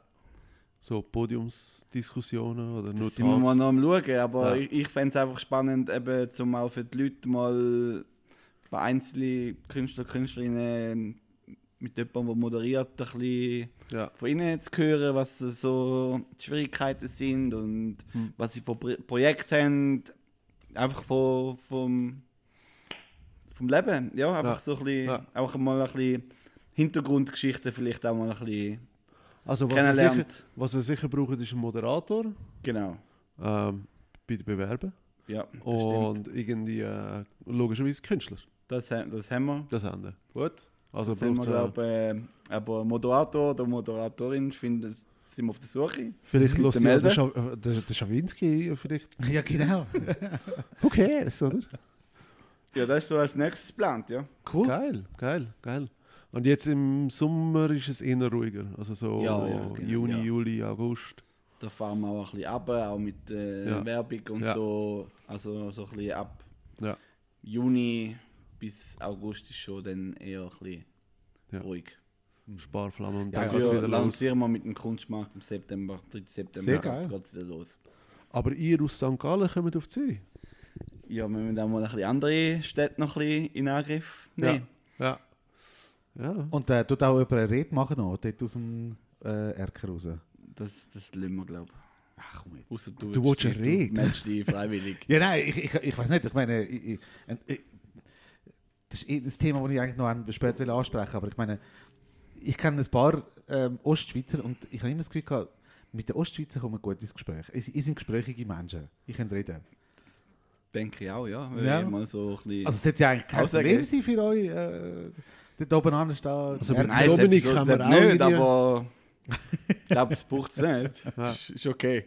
C: So Podiumsdiskussionen oder nur
B: Das sind wir mal
C: Talks?
B: noch am Schauen, aber
C: Ja.
B: ich, ich fände es einfach spannend, eben, zum auch für die Leute mal bei einzelnen Künstler, Künstlerinnen mit jemandem, der moderiert, ein bisschen
C: Ja.
B: von ihnen zu hören, was so die Schwierigkeiten sind und
C: Hm.
B: was sie für Pro Projekte haben. Einfach von, vom, vom Leben, ja, einfach
C: Ja.
B: so ein bisschen,
C: Ja.
B: auch mal ein bisschen Hintergrundgeschichten vielleicht auch mal ein bisschen,
C: Also was er, sicher,
B: Kennenlernt.
C: was er sicher braucht, ist ein Moderator
B: genau,
C: ähm, bei den Bewerben
B: ja, das stimmt.
C: und irgendwie äh, logischerweise Künstler.
B: Das, ha- das haben wir.
C: Das haben wir. Gut. Also
B: Also sind wir,
C: braucht es
B: glaube äh, aber Moderator oder Moderatorin finden, sind wir auf der Suche.
C: vielleicht
B: Bitte
C: los der,
B: melden.
C: Scha- äh, der, der Schawinski äh, vielleicht.
A: Ja, genau.
C: Who cares, oder?
B: Ja, das ist so als nächstes geplant, ja.
A: Cool.
C: Geil, geil, geil. Und jetzt im Sommer ist es eher ruhiger. Also so
B: Ja, ja, genau,
C: Juni,
B: ja.
C: Juli, August.
B: Da fahren wir auch ein bisschen ab, auch mit äh,
C: Ja.
B: Werbung und
C: Ja.
B: so. Also so ein bisschen ab
C: Ja.
B: Juni bis August ist schon dann eher ein bisschen
C: Ja.
B: ruhig. Mhm.
C: Sparflamme
A: Ja,
C: und dann
A: ja.
C: geht es
B: Dafür
C: wieder los.
B: lancieren wir mit dem Kunstmarkt im September, 3.
A: Sehr
B: September
A: geil.
B: geht es wieder los.
C: Aber ihr aus St. Gallen kommt auf Zürich.
B: Ja, wir müssen auch mal ein bisschen andere Städte noch ein bisschen in Angriff nehmen.
C: Ja. Ja. ja.
A: Und äh, tut auch über eine Rede machen noch, dort aus dem äh, Erker raus.
B: Das, das lassen wir, glaube ich.
A: Ach komm jetzt.
B: Außer du,
A: Du willst
B: dich-
A: eine Rede?
B: Du meldest dich freiwillig.
A: Ja, nein, ich, ich, ich weiß nicht. Ich meine, ich, ich, ein- ich, das ist eh das Thema, das ich eigentlich noch an- später will ansprechen Aber ich meine, ich kenne ein paar ähm, Ostschweizer und ich habe immer das Gefühl gehabt, mit den Ostschweizern kommen wir gut ins Gespräch. Es es sind gesprächige Menschen. Ich kann reden.
B: Denke ich auch, ja.
A: Ja.
B: ja. Mal so ein bisschen
A: Also, es sollte ja eigentlich kein
B: Aussage.
A: Problem sein für euch, äh, dort oben anstehen. Also,
C: mit
B: Nein, Dominik
C: Dominik
B: so,
C: haben
B: haben
C: wir auch
B: nicht,
C: irgendwie-
B: aber ich glaube, es braucht es nicht. Ist, ist okay.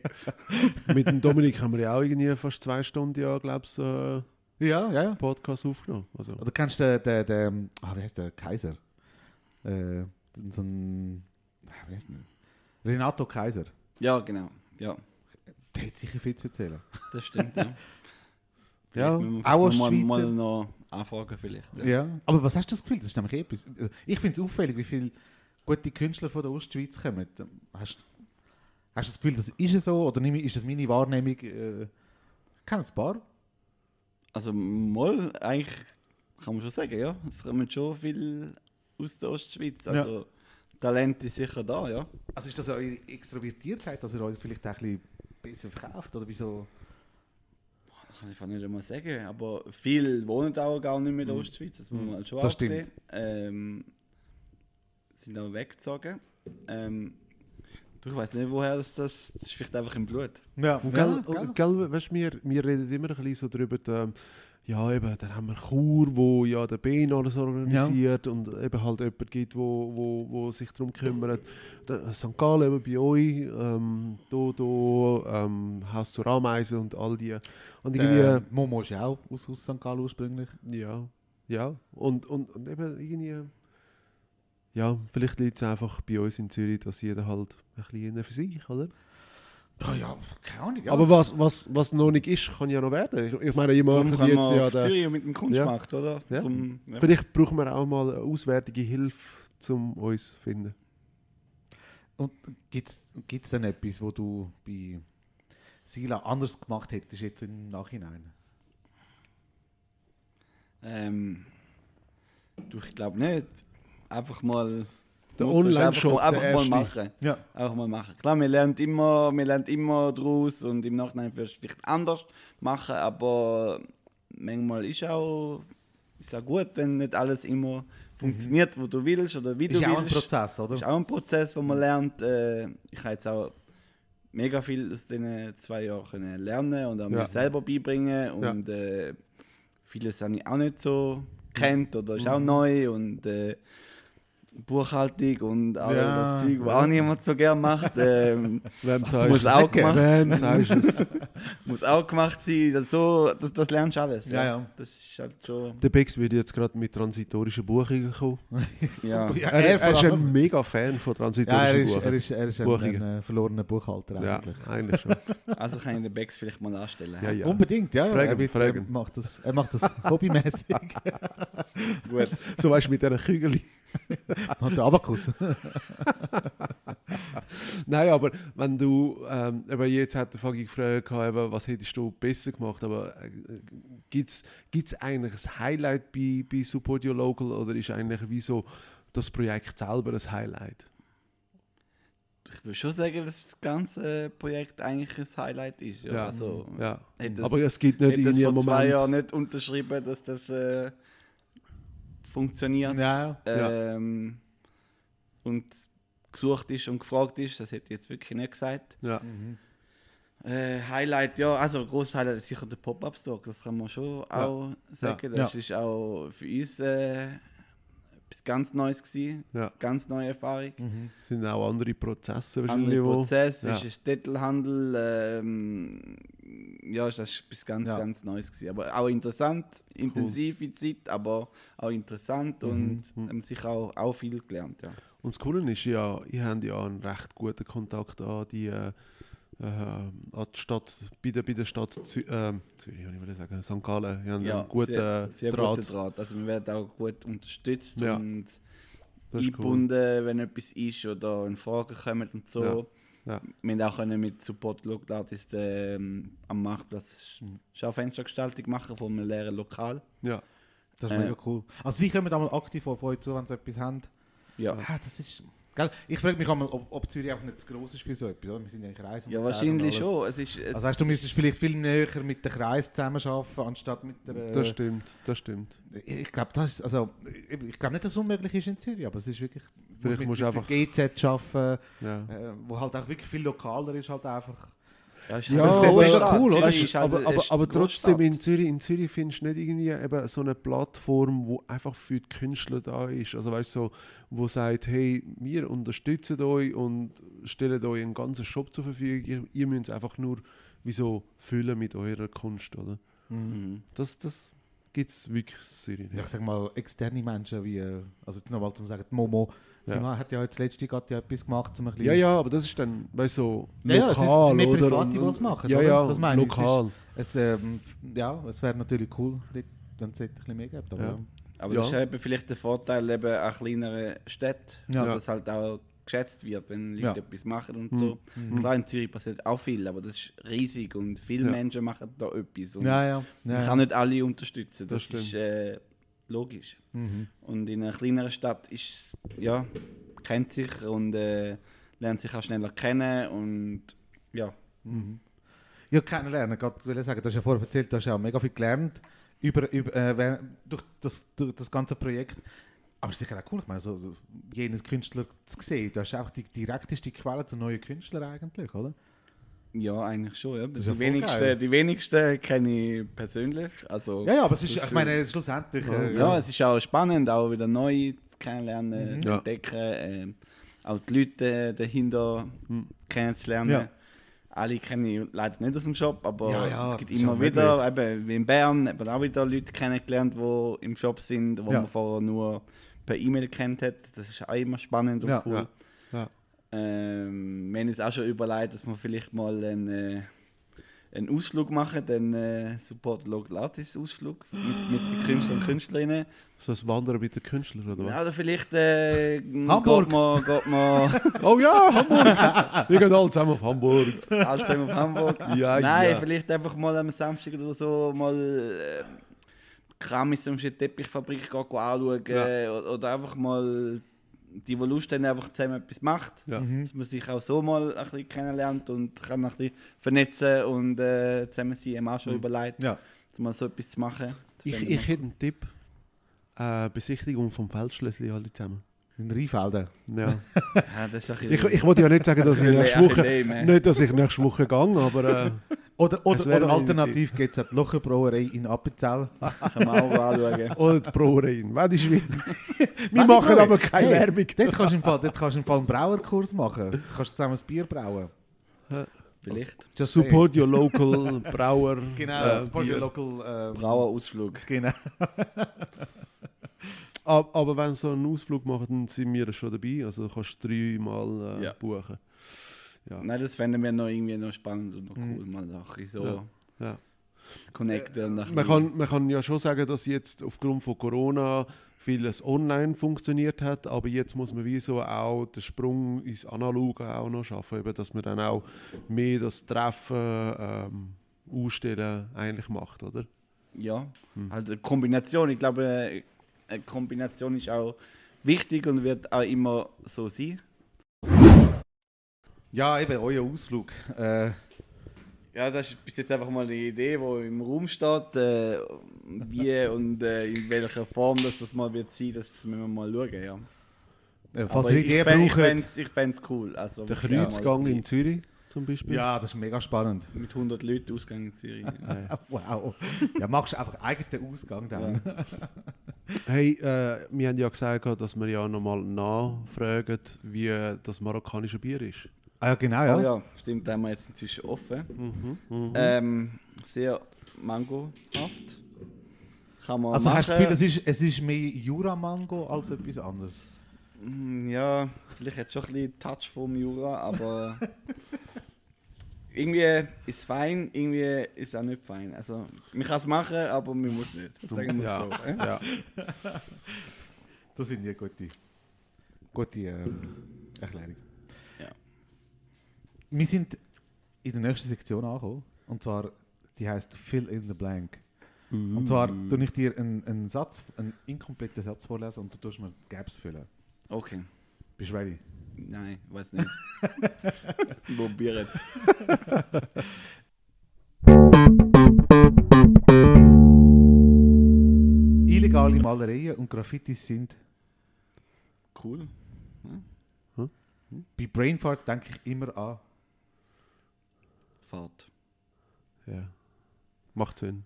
C: Mit dem Dominik haben wir ja auch irgendwie fast zwei Stunden, ja, glaube ich, äh,
A: ja, ja, ja.
C: Podcast aufgenommen. Also,
A: Oder kennst du den, den, den ah, wie heißt der, Kaiser? Äh, so ein, ah, wie heißt der? Renato Kaiser.
B: Ja, genau. Ja,
A: Der hat sicher viel zu erzählen.
B: das stimmt. Ja.
C: ja,
B: Vielleicht müssen wir
A: auch
B: mal,
A: als
B: mal
A: Schweizer.
B: noch anfragen vielleicht. Ja.
A: Ja, aber was hast du das Gefühl? Das ist nämlich etwas. Also, Ich finde es auffällig, wie viele gute Künstler von der Ostschweiz kommen. Hast, hast du das Gefühl, das ist so? Oder nimm ich- ist das meine Wahrnehmung? Äh, ich kenne ein paar.
B: Also mal, eigentlich kann man schon sagen, ja. Es kommen schon viel aus der Ostschweiz. Also Talent ist sicher da, ja.
A: Also ist das eure Extrovertiertheit, dass ihr euch vielleicht auch ein bisschen besser verkauft? Oder wieso?
B: Kann ich nicht einmal sagen, aber viele wohnen auch gar nicht mehr
C: Mhm.
B: in der Ostschweiz, das muss man halt schon
A: Das
B: auch sehen. Ähm, sind auch weggezogen. Ähm, du, ich weiß nicht, woher das, das das ist vielleicht einfach im Blut.
A: Ja,
C: Und gell, und gell, weißt, wir, wir reden immer ein bisschen so darüber, ähm, ja, eben, dann haben wir Chur, wo ja der BN alles organisiert und eben halt jemand gibt, wo, wo, wo sich darum kümmert. Da, St. Gallen eben bei euch, ähm, Dodo, ähm, Haus zur Ameise und all die. Und irgendwie,
A: Der Momo ist ja auch aus, aus St. Gallen ursprünglich.
C: ja, ja. Und, und, und eben irgendwie, ehm, ja, vielleicht liegt es einfach bei uns in Zürich, dass jeder halt ein bisschen jeder für sich, oder?
A: Ja, Nou ja, keine Ahnung.
C: Aber was, was, was noch nicht ist, kann ja noch werden. Ich, ich meine, ich mache
B: Darum kann
C: jetzt
B: man
C: ja
B: auf
C: den,
B: Zürich mit dem Kunstmarkt, oder?
C: Ja.
B: Zum, ja.
C: Vielleicht brauchen wir auch mal eine auswärtige Hilfe, um uns zu finden.
A: Gibt es denn etwas, wo du bei Sila anders gemacht hättest, jetzt im Nachhinein?
B: Ähm, du, ich glaube nicht. Einfach mal...
C: Der
B: Mutter ist
C: Online-Shop,
B: Einfach,
C: der
B: mal- einfach mal
C: erste.
B: machen.
A: Ja.
B: Einfach mal machen. Klar, wir lernen immer, wir lernen immer draus und im Nachhinein wirst du vielleicht anders machen, aber manchmal ist auch, ist auch gut, wenn nicht alles immer funktioniert, wo du willst oder wie du
A: Ist ja
B: willst.
A: auch ein Prozess, oder?
B: Ist auch ein Prozess, wo man lernt. Äh, ich habe jetzt auch mega viel aus diesen zwei Jahren können lernen und auch
C: Ja.
B: mir selber beibringen und äh, vieles habe ich auch nicht so kennt oder ist auch neu und äh, Buchhaltung und all
A: Ja.
B: das Zeug, was auch niemand so gern macht, ähm,
C: Wem sagst
B: du musst auch gemacht,
C: Wem sagst du es?
B: muss auch gemacht sein. Das, so, das, das lernst du alles.
A: Ja, ja.
B: Das ist halt schon.
C: Der Bex wird jetzt gerade mit transitorischen Buchungen kommen.
B: Ja.
A: Ja,
C: Er, er, ist
A: vor allem-
C: ein mega Fan von
A: ja, er
C: transitorischen
A: ist, er
C: Buchungen.
A: ist, er ist ein,
C: Buchungen.
A: ein äh, verlorener Buchhalter
C: ja,
A: eigentlich.
C: eigentlich schon.
B: Also kann ich den Bags vielleicht mal anstellen.
C: Ja, ja.
A: Unbedingt, ja.
C: Fragen,
A: er, wird- er
C: fragen.
A: macht das, er macht das hobbymäßig.
B: Gut.
C: So weißt du, mit diesen Kügeln.
A: Und der Abakus.
C: Nein, aber wenn du, ähm, eben jetzt hat der Fagi gefragt, eben, was hättest du besser gemacht, aber äh, gibt es eigentlich ein Highlight bei, bei Support Your Local oder ist eigentlich wie so das Projekt selber ein Highlight?
B: Ich würde schon sagen, dass das ganze Projekt eigentlich ein Highlight ist. Ja. Also,
C: ja. Mhm.
B: Hätte
C: aber es gibt nicht
B: hätte das
C: irgendwie einen
B: vor zwei
C: Moment.
B: Jahren nicht unterschrieben, dass das äh, funktioniert.
A: Ja.
B: Ähm, Und gesucht ist und gefragt ist, das hätte ich jetzt wirklich nicht gesagt.
C: Ja.
B: Äh, Highlight, ja, also großes Highlight ist sicher der Pop-Up-Store, das kann man schon auch sagen.
A: Ja.
B: Das ist auch für uns äh, etwas ganz Neues gewesen,
C: Ja.
B: ganz neue Erfahrung.
C: Es sind auch andere Prozesse wahrscheinlich.
B: Andere
C: wo-
B: Prozess,
C: ja.
B: es ist ein Städtelhandel, ähm, ja, das ist etwas ganz,
A: Ja.
B: ganz Neues gewesen. Aber auch interessant, intensive Zeit, aber auch interessant
C: Mhm,
B: und haben sicher auch, auch viel gelernt, ja.
C: Und das Coole ist ja, ich habe ja einen recht guten Kontakt an die, äh, äh, an die Stadt, bei der, bei der Stadt Zü ähm, Zürich, wollte ich will sagen, St. Gallen. Ich habe einen guten
B: sehr, sehr
C: Draht.
B: guten Draht. Also wir werden auch gut unterstützt
C: Ja.
B: und
C: Das ist
B: eingebunden, wenn etwas ist oder wenn Fragen kommen und so.
C: Ja. Ja.
B: Wir haben auch können mit Support Local Artist ähm, am Marktplatz
C: Mhm.
B: Schaufenstergestaltung machen von einem leeren Lokal.
C: Ja,
A: Das ist
B: Äh.
A: mega cool. Also sie kommen da mal aktiv auf euch zu, wenn sie etwas haben.
B: Ja,
A: Ah, das ist... Gell? Ich frage mich einmal, ob, ob Zürich einfach nicht zu gross ist für so etwas. Oder? Wir sind ja in Kreis.
B: ja
A: und alles.
B: wahrscheinlich schon. Es ist, es
A: Also heißt, du müsstest vielleicht viel näher mit dem Kreis zusammenarbeiten, anstatt mit der... äh,
B: Äh,
C: das stimmt, das stimmt.
A: Ich glaube, das ist, also, ich- ich glaube nicht, dass es unmöglich ist in Zürich, aber es ist wirklich...
C: Vielleicht
A: mit,
C: musst du
A: mit
C: einfach-
A: der GZ arbeiten,
C: Ja.
A: äh, wo halt auch wirklich viel lokaler ist, halt einfach...
B: ja, es ist
C: Ja,
B: halt eine
A: aber-
B: Großstadt.
A: cool, oder?
B: Zürich ist halt-
C: aber
B: es
C: aber,
B: ist
C: aber
B: eine Großstadt.
C: trotzdem, in Zürich, in Zürich findest du nicht irgendwie eben so eine Plattform, wo einfach für die Künstler da ist. Also weißt du, so, wo sagt, hey, wir unterstützen euch und stellen euch einen ganzen Shop zur Verfügung. Ihr, ihr müsst es einfach nur wie so füllen mit eurer Kunst, oder? Das, das gibt es wirklich in Zürich.
A: Mhm. Ja,
C: nicht.
A: ich sag mal, externe Menschen wie, äh, also jetzt nochmal zum sagen, die Momo,
C: Ja.
A: sie ma- hat ja jetzt letzte gerade ja etwas gemacht, zum ein bisschen...
C: Ja, ja, aber das ist dann, weißt du, so
A: Ja, ja, es ist- es
C: lokal,
A: sind mehr
C: oder?
A: Private, die
C: Und-
A: das machen,
C: Ja,
A: oder?
C: ja,
A: Das meine ich, es ist-
C: lokal.
A: Es, ähm, ja, es wäre natürlich cool, dort- wenn es dort ein bisschen mehr gibt, aber...
C: Ja.
B: Aber
C: Ja.
B: das ist halt eben vielleicht der Vorteil eben an kleineren Städten,
A: Ja.
B: dass halt auch geschätzt wird, wenn Leute
A: Ja.
B: etwas machen und so. Klar, in Zürich passiert auch viel, aber das ist riesig und viele
C: Ja.
B: Menschen machen da etwas. Und
A: Ja, ja. ja,
B: Man
A: ja.
B: kann nicht alle unterstützen, das,
C: stimmt.
B: ist äh, logisch.
A: Mhm.
B: Und in einer kleineren Stadt ist, ja, kennt sich und äh, lernt sich auch schneller kennen und ja,
A: Ja, kennenlernen. Ich will sagen, du hast ja vorher erzählt, du hast ja auch mega viel gelernt über, über, äh, wer- durch, das, durch das ganze Projekt. Aber es ist sicher auch cool, ich meine, so, so jenes Künstler zu sehen. Du hast auch die direkteste Quelle zu neuen Künstlern eigentlich, oder?
B: ja, eigentlich schon. Ja.
A: ist
B: Die,
A: ja voll geil.
B: wenigsten, die wenigsten kenne ich persönlich. Also,
A: Ja, ja, aber es ist,
B: Das
A: ich meine, schlussendlich. Äh,
B: Ja, es ist auch spannend, auch wieder neu zu
A: Mhm.
B: kennenlernen, zu
C: Ja.
B: entdecken, ähm, auch die Leute dahinter kennenzulernen.
A: Mhm. Ja.
B: Alle kenne ich leider nicht aus dem Shop, aber
A: Ja, ja,
B: es gibt
A: das ist
B: immer
A: auch
B: wieder, eben wie in Bern, eben auch wieder Leute kennengelernt, die im Shop sind, die
A: Ja.
B: man vorher nur per E-Mail kennt hat. Das ist auch immer spannend und
A: Ja,
B: cool.
C: Ja, ja.
B: Ähm, wir haben uns auch schon überlegt, dass wir vielleicht mal einen, äh, einen Ausflug machen, den äh, Support Local Artists Ausflug mit, mit den Künstlern und Künstlerinnen.
C: So ein Wandern mit den Künstlern, oder was?
B: Ja, oder vielleicht äh,
A: Hamburg.
B: geht man, geht man
C: Oh ja, Hamburg! Wir gehen alle zusammen auf Hamburg.
B: alles zusammen auf Hamburg.
C: Ja,
B: Nein,
C: ja.
B: vielleicht einfach mal am Samstag oder so mal äh, Kramis zum Beispiel Teppichfabrik gehen, gehen anschauen
C: Ja.
B: äh, oder- oder einfach mal die, die Lust haben, einfach zusammen etwas macht.
C: Ja.
A: Mhm.
B: Dass man sich auch so mal ein bisschen kennenlernt und kann ein bisschen vernetzen und äh, zusammen sein, haben wir auch schon überlegt,
A: Ja.
B: um mal so etwas zu machen. Das
C: Mhm. Ich,
B: fänden
C: ich
B: wir-
C: hätte einen Tipp. Äh, Besichtigung vom Feldschlössli alle zusammen.
A: In Rheinfelden.
C: Ja.
B: ja, das ist ein
C: ich
B: bisschen-
C: ich wollte ja nicht sagen, dass ich
B: Ein
C: nächste
B: bisschen
C: Woche,
B: lame, eh.
C: nicht, dass ich nächste Woche gehe, aber äh,
A: Oder,
C: Es
A: oder, oder
C: wäre eine
A: alternativ gibt es die Lochenbrauerei in Appenzell.
B: kann man auch anschauen.
C: oder die Brauerin. Wenn ich will. Wir machen aber keine
A: Hey,
C: Werbung.
A: Dort kannst du im Fall, dort kannst du im Fall einen Brauerkurs machen. Du kannst zusammen ein Bier brauen.
B: Vielleicht.
A: Just saying.
C: Support your local Brauer.
A: Genau,
C: äh,
A: eh, support your
C: Bier.
A: local. ähm,
B: Brauerausflug.
A: genau.
C: Ab- Aber wenn so einen Ausflug machen, dann sind wir schon dabei. Also kannst du dreimal äh,
B: Ja.
C: buchen. Ja.
B: Nein, das fänden wir noch irgendwie noch spannend und noch cool, mal so ein bisschen so
C: Mhm. Ja. Ja.
B: connecten. und ein
C: Man
B: bisschen-
C: kann, man kann ja schon sagen, dass jetzt aufgrund von Corona vieles online funktioniert hat, aber jetzt muss man wie so auch den Sprung ins Analoge auch noch schaffen, eben, dass man dann auch mehr das Treffen, ähm, Ausstellen eigentlich macht, oder?
B: Ja,
C: Mhm.
B: also eine Kombination. Ich glaube, äh, eine Kombination ist auch wichtig und wird auch immer so sein.
A: Ja, eben, euer Ausflug. Äh,
B: Ja, das ist bis jetzt einfach mal eine Idee, die im Raum steht. Äh, wie und äh, in welcher Form das, das mal wird sein, das müssen wir mal schauen. Ja.
A: äh,
B: Aber
A: falls ihr
B: ich
A: Ideen
B: fänd- ich
A: braucht.
B: fänd's- Ich fände es cool. Also,
C: Der
B: ja, mal
C: Kreuzgang in Zürich zum Beispiel.
A: Ja, das ist mega spannend.
B: Mit 100 Leuten Ausgang in Zürich. ja.
A: Wow. Ja, machst einfach eigenen Ausgang dann.
C: Hey, äh, wir haben ja gesagt, gehabt, dass wir ja nochmal nachfragen, wie äh, das marokkanische Bier ist.
A: Ah ja, genau,
B: Oh
A: ja.
B: ja, stimmt, da haben wir jetzt inzwischen offen.
A: Mhm,
B: Ähm, sehr mangohaft. Kann man
A: Also
B: machen.
A: hast du das Gefühl, das ist, es ist mehr Jura-Mango als etwas anderes?
B: Mm, Ja, vielleicht hat schon ein bisschen Touch vom Jura, aber irgendwie ist es fein, irgendwie ist es auch nicht fein. Also, man kann es machen, aber man muss nicht. Sagen wir es
C: ja,
B: so. äh?
C: ja.
A: Das finde ich eine gute, gute ähm, Erklärung.
B: Ja.
A: Wir sind in der nächsten Sektion angekommen. Und zwar, die heißt Fill in the Blank. Und zwar
B: Mm.
A: tue ich dir einen, einen Satz, einen inkompletten Satz vorlesen und du tust mir die Gaps füllen.
B: Okay.
A: Bist du ready?
B: Nein, weiß nicht. Probier jetzt.
A: Illegale Malereien und Graffitis sind.
B: Cool.
A: Bei Brainfart denke ich immer an.
B: Fahrt.
C: ja. Macht Sinn.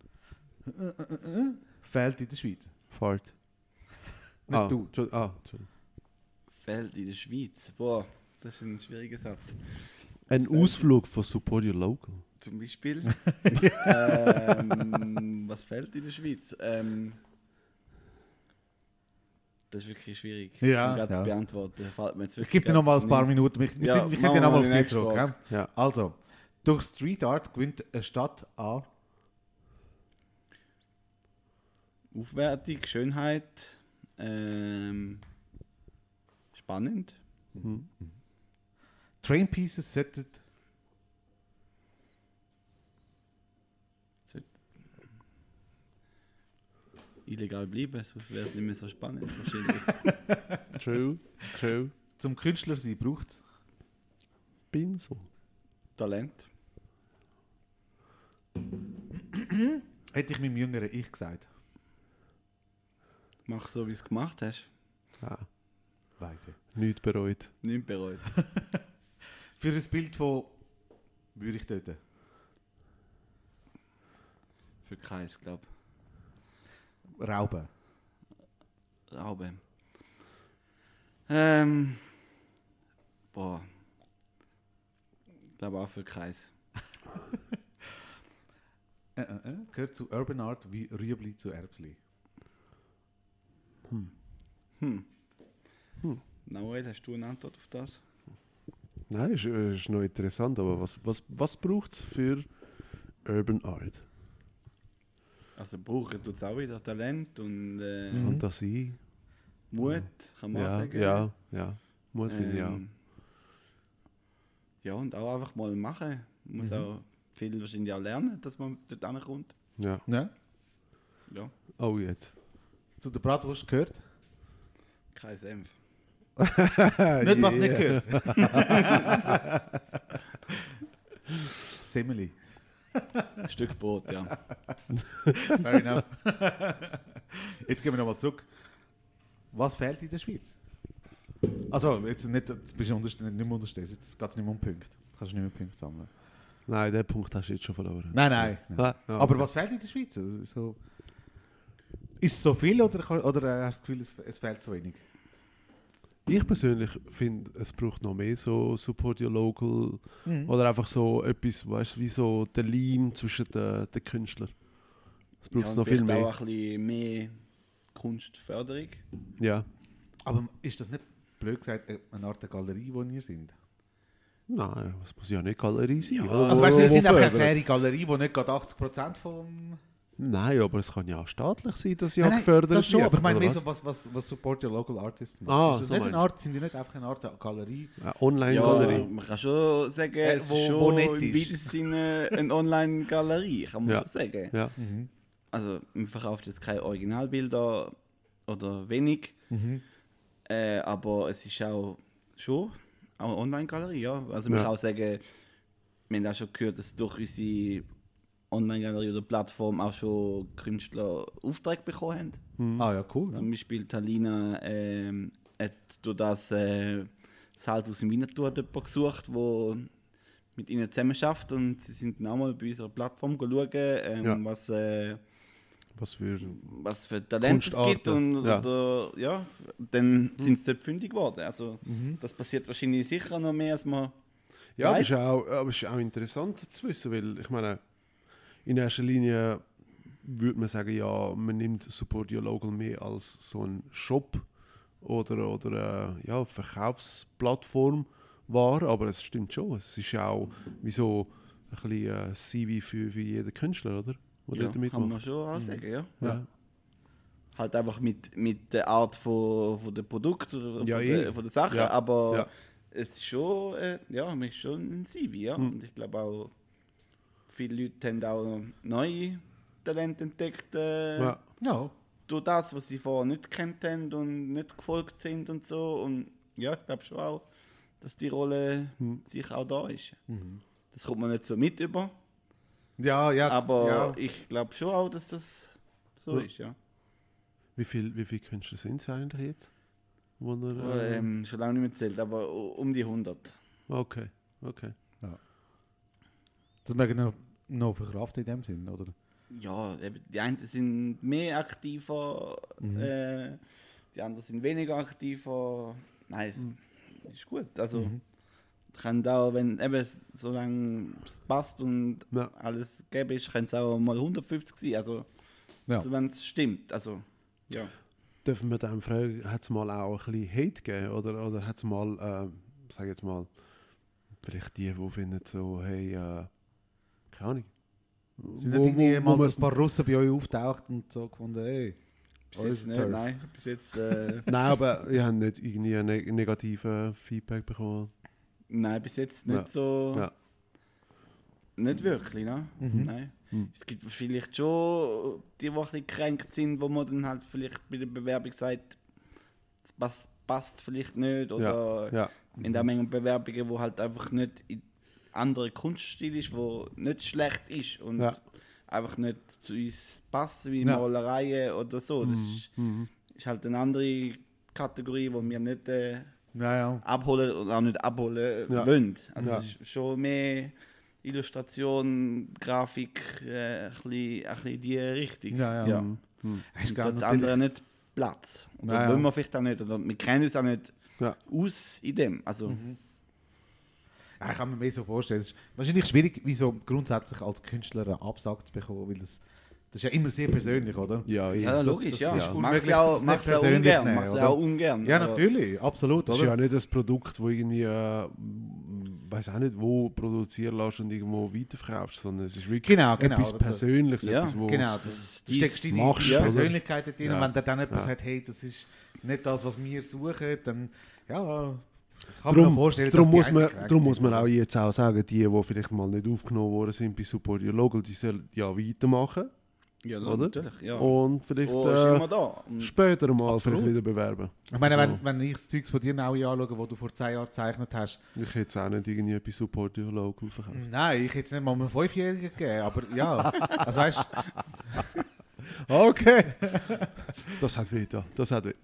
A: Fehlt in der Schweiz.
C: Fahrt.
A: Nicht
C: ah,
A: du.
C: Entschu- ah, Entschuldigung.
B: Feld in der Schweiz. Boah, das ist ein schwieriger Satz.
C: Ein Ausflug von Support Your Local.
B: Zum Beispiel. ähm, was fehlt in der Schweiz? Ähm, das ist wirklich schwierig
A: Ja,
B: zum grad
A: ja.
B: beantworten. Fällt mir jetzt
A: Ich gebe dir noch mal ein paar Minuten. Ich,
B: Ja,
A: ich, ich gebe dir
B: machen wir
A: noch mal
B: mal
A: auf
B: die
A: die
B: nächste
A: zurück.
B: Frage.
A: gell?
C: Ja.
A: Also, durch Street Art gewinnt eine Stadt an.
B: Aufwertung, Schönheit, ähm, spannend.
A: Train Pieces sollten
B: Sollte Illegal bleiben, sonst wäre es nicht mehr so spannend. Wahrscheinlich.
C: True, true.
A: zum Künstler sein, braucht es.
C: Bin so.
B: Talent.
A: Hätte ich meinem jüngeren Ich gesagt.
B: Mach so, wie es gemacht hast.
C: Ja.
A: Weise.
C: Nicht Ah, bereut.
B: Nicht bereut.
A: Für ein Bild von würde ich töten.
B: Für keins, glaube
A: Rauben.
B: ich. Raube. Ähm. Boah. Ich glaube auch für keins.
A: Äh, äh, äh. Gehört zu Urban Art wie Rüebli zu Erbsli.
C: Hm.
B: Noel, Hm. hast du eine Antwort auf das?
C: Nein, ist, äh, ist noch interessant, aber was, was, was braucht es für Urban Art?
B: Also brauchen tut es auch wieder Talent und äh,
C: Fantasie.
B: Mut, kann man auch
C: Mhm. Ja,
B: sagen.
C: ja, ja. Muss finde ich auch.
B: Ähm, ja, und auch einfach mal machen.
C: Mhm.
B: Muss auch viel wahrscheinlich auch lernen, dass man dort ankommt.
C: Ja.
A: Ne?
B: Ja,
C: Oh, jetzt.
A: Zu der Bratwurst gehört?
B: kein Senf.
A: nicht, was nicht gehört. Semmeli.
B: Ein Stück Brot, ja.
A: Fair enough. jetzt gehen wir nochmal zurück. Was fehlt in der Schweiz? Also, jetzt, nicht, jetzt bist du unterste- nicht mehr unterstehst, jetzt geht es nicht mehr um Punkte. Jetzt kannst du nicht mehr Punkte sammeln.
C: Nein, den Punkt hast du jetzt schon verloren.
A: Nein, nein.
C: Ah, ja,
A: Aber
C: okay.
A: was fehlt in der Schweiz? Also, so, ist es so viel oder, kann- oder äh, hast du das Gefühl, es, es fehlt zu wenig?
C: Ich persönlich finde, es braucht noch mehr so Support Your Local oder einfach so etwas, weißt du, wie so der Leim zwischen den, den Künstlern. Es braucht
B: ja, und
C: noch viel
B: vielleicht
C: mehr.
B: auch ein bisschen mehr Kunstförderung.
C: Ja.
A: Aber ist das nicht, blöd gesagt, äh, eine Art der Galerie, wo wir sind?
C: Nein, es muss ja nicht Galerie sein. oder?
A: Also, weißt du,
C: Wo-
A: wir
C: wo
A: sind auch keine
C: fördern?
A: faire Galerie, die nicht gerade 80% vom
C: Nein, aber es kann ja auch staatlich sein, dass ja
A: Nein, nein,
C: gefördert
A: das schon,
C: wird,
A: aber ich meine
C: oder
A: mehr
C: was?
A: so, was, was, was support your local artists macht.
C: Ah,
A: ist das
C: so
A: nicht eine
C: meinst
A: Art, sind die nicht einfach eine Art Galerie?
C: Eine Online-Galerie.
B: man kann schon sagen,
A: Äh,
B: es
A: wo-
B: ist schon
A: wo nicht ist.
B: im weitesten Sinne eine Online-Galerie, kann man
C: Ja.
B: schon sagen.
C: Ja.
A: Hm.
B: Also man verkauft jetzt keine Originalbilder oder wenig,
A: Mhm.
B: äh, aber es ist auch schon auch eine Online-Galerie, ja. Also man
C: Ja.
B: kann auch sagen, wir haben auch schon gehört, dass durch unsere Online-Galerie oder Plattform auch schon Künstler Aufträge bekommen haben.
C: Hm.
A: Ah ja, cool. Ja.
B: Zum Beispiel Talina ähm, hat durch das äh, Salz aus dem Winterthur jemanden gesucht, wo mit ihnen zusammen schafft und sie sind dann auch mal bei unserer Plattform schauen, ähm,
C: Ja.
B: was, äh,
C: Was für...
B: was für Talente es gibt
C: Kunstarten,
B: und
C: ja. Mhm.
B: Oder, ja, dann sind sie dort fündig geworden. Also das passiert wahrscheinlich sicher noch mehr, als man
C: Ja, aber es ist,
B: weiss.
C: auch, aber es ist auch interessant zu wissen, weil ich meine, in erster Linie würde man sagen, ja, man nimmt Support Your Local mehr als so ein Shop oder, oder äh, ja, Verkaufsplattform wahr, aber es stimmt schon. Es ist auch wie so ein bisschen äh, CV für, für jeden Künstler, oder? Der
B: ja,
C: dort
B: kann man
C: mitmacht.
B: schon auch sagen, ja.
C: Mhm. Ja.
B: Halt einfach mit, mit der Art von, von der Produkt oder
C: Ja,
B: von,
C: eh.
B: der, von der Sache,
C: Ja,
B: aber
C: ja.
B: es ist schon, äh, ja, man ist schon ein CV, ja.
C: Hm.
B: Und ich glaube auch, viele Leute haben auch neue Talente entdeckt äh,
C: Ja.
A: Ja.
B: durch das, was sie vorher nicht gekannt haben und nicht gefolgt sind und so. Und ja, ich glaube schon auch, dass die Rolle
C: Hm.
B: sich auch da ist.
C: Mhm.
B: Das kommt man nicht so mit über,
A: Ja, ja.
B: aber
A: ja.
B: ich glaube schon auch, dass das so
C: Ja.
B: ist, ja.
C: Wie viele wie viel Künstler sind es eigentlich jetzt? Wo ihr, äh,
B: Ähm, schon lange nicht mehr gezählt, aber u- um die 100.
C: okay, okay.
A: Das mögen noch, noch verkraften in dem Sinn, oder?
B: Ja, eben, die einen sind mehr aktiver, äh, die anderen sind weniger aktiver. Nein, es ist gut. Also, kann da, wenn eben, s- solange es passt und
C: Ja.
B: alles gäbe ist, kann es auch mal 150 sein. Also,
A: Ja.
B: so, wenn es stimmt. Also, ja.
C: Dürfen wir dann fragen, hat es mal auch ein bisschen Hate gegeben? Oder, oder hat es mal, äh, sag jetzt mal, vielleicht die, die finden so, hey, äh, keine Ahnung.
A: Sind
C: Wo-
A: nicht irgendwie
C: wo- wo
A: mal
C: man's-
A: ein paar Russen bei euch auftaucht und so gefunden, ey.
B: Bis
A: Oh, ist
B: jetzt
A: ein
B: nicht,
A: Turf.
B: nein. Bis jetzt, äh,
C: Nein, aber ihr habt nicht irgendwie ein neg negatives Feedback bekommen.
B: nein, bis jetzt nicht
C: Ja.
B: so.
C: Ja.
B: Nicht wirklich, ne?
C: Mhm.
B: Nein. Es gibt vielleicht schon die, die ein bisschen gekränkt sind, wo man dann halt vielleicht bei der Bewerbung sagt, das passt, passt vielleicht nicht. Oder
C: Ja, ja.
B: in der Menge Bewerbungen, wo halt einfach nicht in andere Kunststil ist, wo nicht schlecht ist und
C: Ja.
B: einfach nicht zu uns passt, wie
A: Ja.
B: Malereien oder so. Das
C: Mhm.
B: ist, ist halt eine andere Kategorie, wo wir nicht. Äh,
A: Ja, ja.
B: abholen und auch nicht abholen
C: Ja.
B: wollen. Also
C: Ja.
B: es ist schon mehr Illustration, Grafik, äh, ein bisschen, ein bisschen die Richtung.
A: Ja, ja.
B: Und
A: Hast du
B: da
A: gar
B: hat das
A: natürlich.
B: andere nicht Platz. Und
A: Ja,
B: ja,
A: ja.
B: wollen wir vielleicht auch nicht. Oder wir kennen uns auch nicht
C: Ja.
B: aus in dem. Also
A: Mhm. Ja, ich kann mir mehr so vorstellen. Es ist wahrscheinlich schwierig, wie so grundsätzlich als Künstler einen Absag zu bekommen, weil das, das ist ja immer sehr persönlich, oder?
C: Ja, ja.
B: ja,
A: das-
B: logisch,
A: das
B: ja.
A: ist
B: Mach's
A: unmöglich,
B: ja auch,
A: das
B: mach's
A: nicht
B: ja
A: persönlich
B: ungern.
A: nehmen,
B: mach's ja
A: oder?
B: auch ungern.
A: Ja,
B: aber-
A: natürlich, absolut,
C: Das
A: oder?
C: ist ja nicht das Produkt, wo irgendwie, äh, weiß auch nicht, wo produzieren lässt und irgendwo weiterverkaufst, sondern es ist wirklich
A: Genau, Ah, genau,
C: etwas
A: oder?
C: Persönliches,
B: Ja,
C: etwas, wo
A: Genau, das
B: Das-
A: du steckst deine
C: machst,
A: ja.
C: oder?
A: Persönlichkeit dort drin,
C: Ja.
A: wenn der dann jemand
C: Ja.
A: sagt, hey, das ist nicht das, was wir suchen, dann, ja, ich kann mir
C: Drum,
A: noch vorstellen,
C: drum
A: dass die
C: muss man,
A: eingekränkt
C: drum
A: sind,
C: muss man
A: oder?
C: auch jetzt auch sagen, die, die vielleicht mal nicht aufgenommen worden sind bei Support Your Local, die sollen ja weitermachen
B: Ja,
C: Oder?
B: natürlich. Ja.
C: und vielleicht
B: oh, ist
C: äh,
B: immer da. Und
C: später mal
A: Absolut.
C: vielleicht wieder bewerben.
A: Ich meine,
C: Also,
A: wenn, wenn ich das Zeug von dir neu anschaue, das du vor zwei Jahren gezeichnet hast,
C: ich hätte es auch nicht irgendwie bei Support Your Local verkauft.
A: nein, ich hätte es nicht mal einem Fünfjährigen gegeben, aber ja, also weißt
C: Okay. das hat weh da. Das hat weh.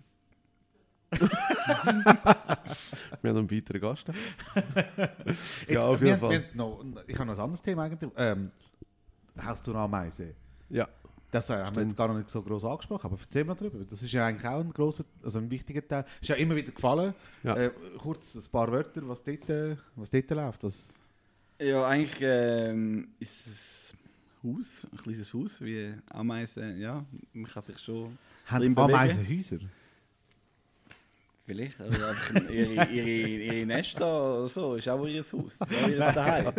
C: Wir haben einen weiteren Gast.
A: Jetzt,
C: ja, auf
A: wir
C: jeden
A: haben- wir
C: Fall.
A: haben Noch, ich habe noch ein anderes Thema eigentlich. Ähm, Haust du Ameisen?
C: Ja.
A: Das äh, haben wir jetzt gar noch nicht so groß angesprochen, aber erzähl mal drüber. Das ist ja eigentlich auch ein großer, also ein wichtiger Teil. Ist ja immer wieder gefallen.
C: Ja.
A: Äh, kurz ein paar Wörter, was dort, äh, was dort läuft. Was,
B: ja, eigentlich ähm, ist es ein Haus, ein kleines Haus, wie Ameisen. Ja, man kann sich schon
A: haben
B: drin bewegen.
A: Ameisenhäuser?
B: Vielleicht. Also einfach ihre, ihre, ihre Nester oder so, ist auch ihr Haus, ist auch ihr Daheim.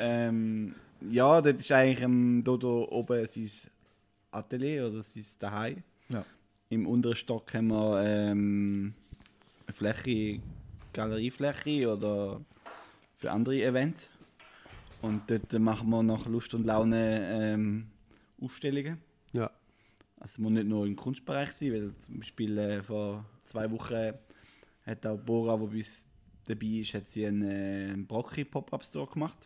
B: ähm, ja, dort ist eigentlich ähm, dort oben sein Atelier oder sein Daheim.
A: Ja.
B: Im unteren Stock haben wir ähm, eine Fläche, Galeriefläche oder für andere Events. Und dort machen wir nach Lust und Laune ähm, Ausstellungen.
C: Ja.
B: Also es muss nicht nur im Kunstbereich sein, weil zum Beispiel äh, vor zwei Wochen hat auch Bora, die bei uns dabei ist, hat sie einen äh, Brocki-Pop-Up-Store gemacht.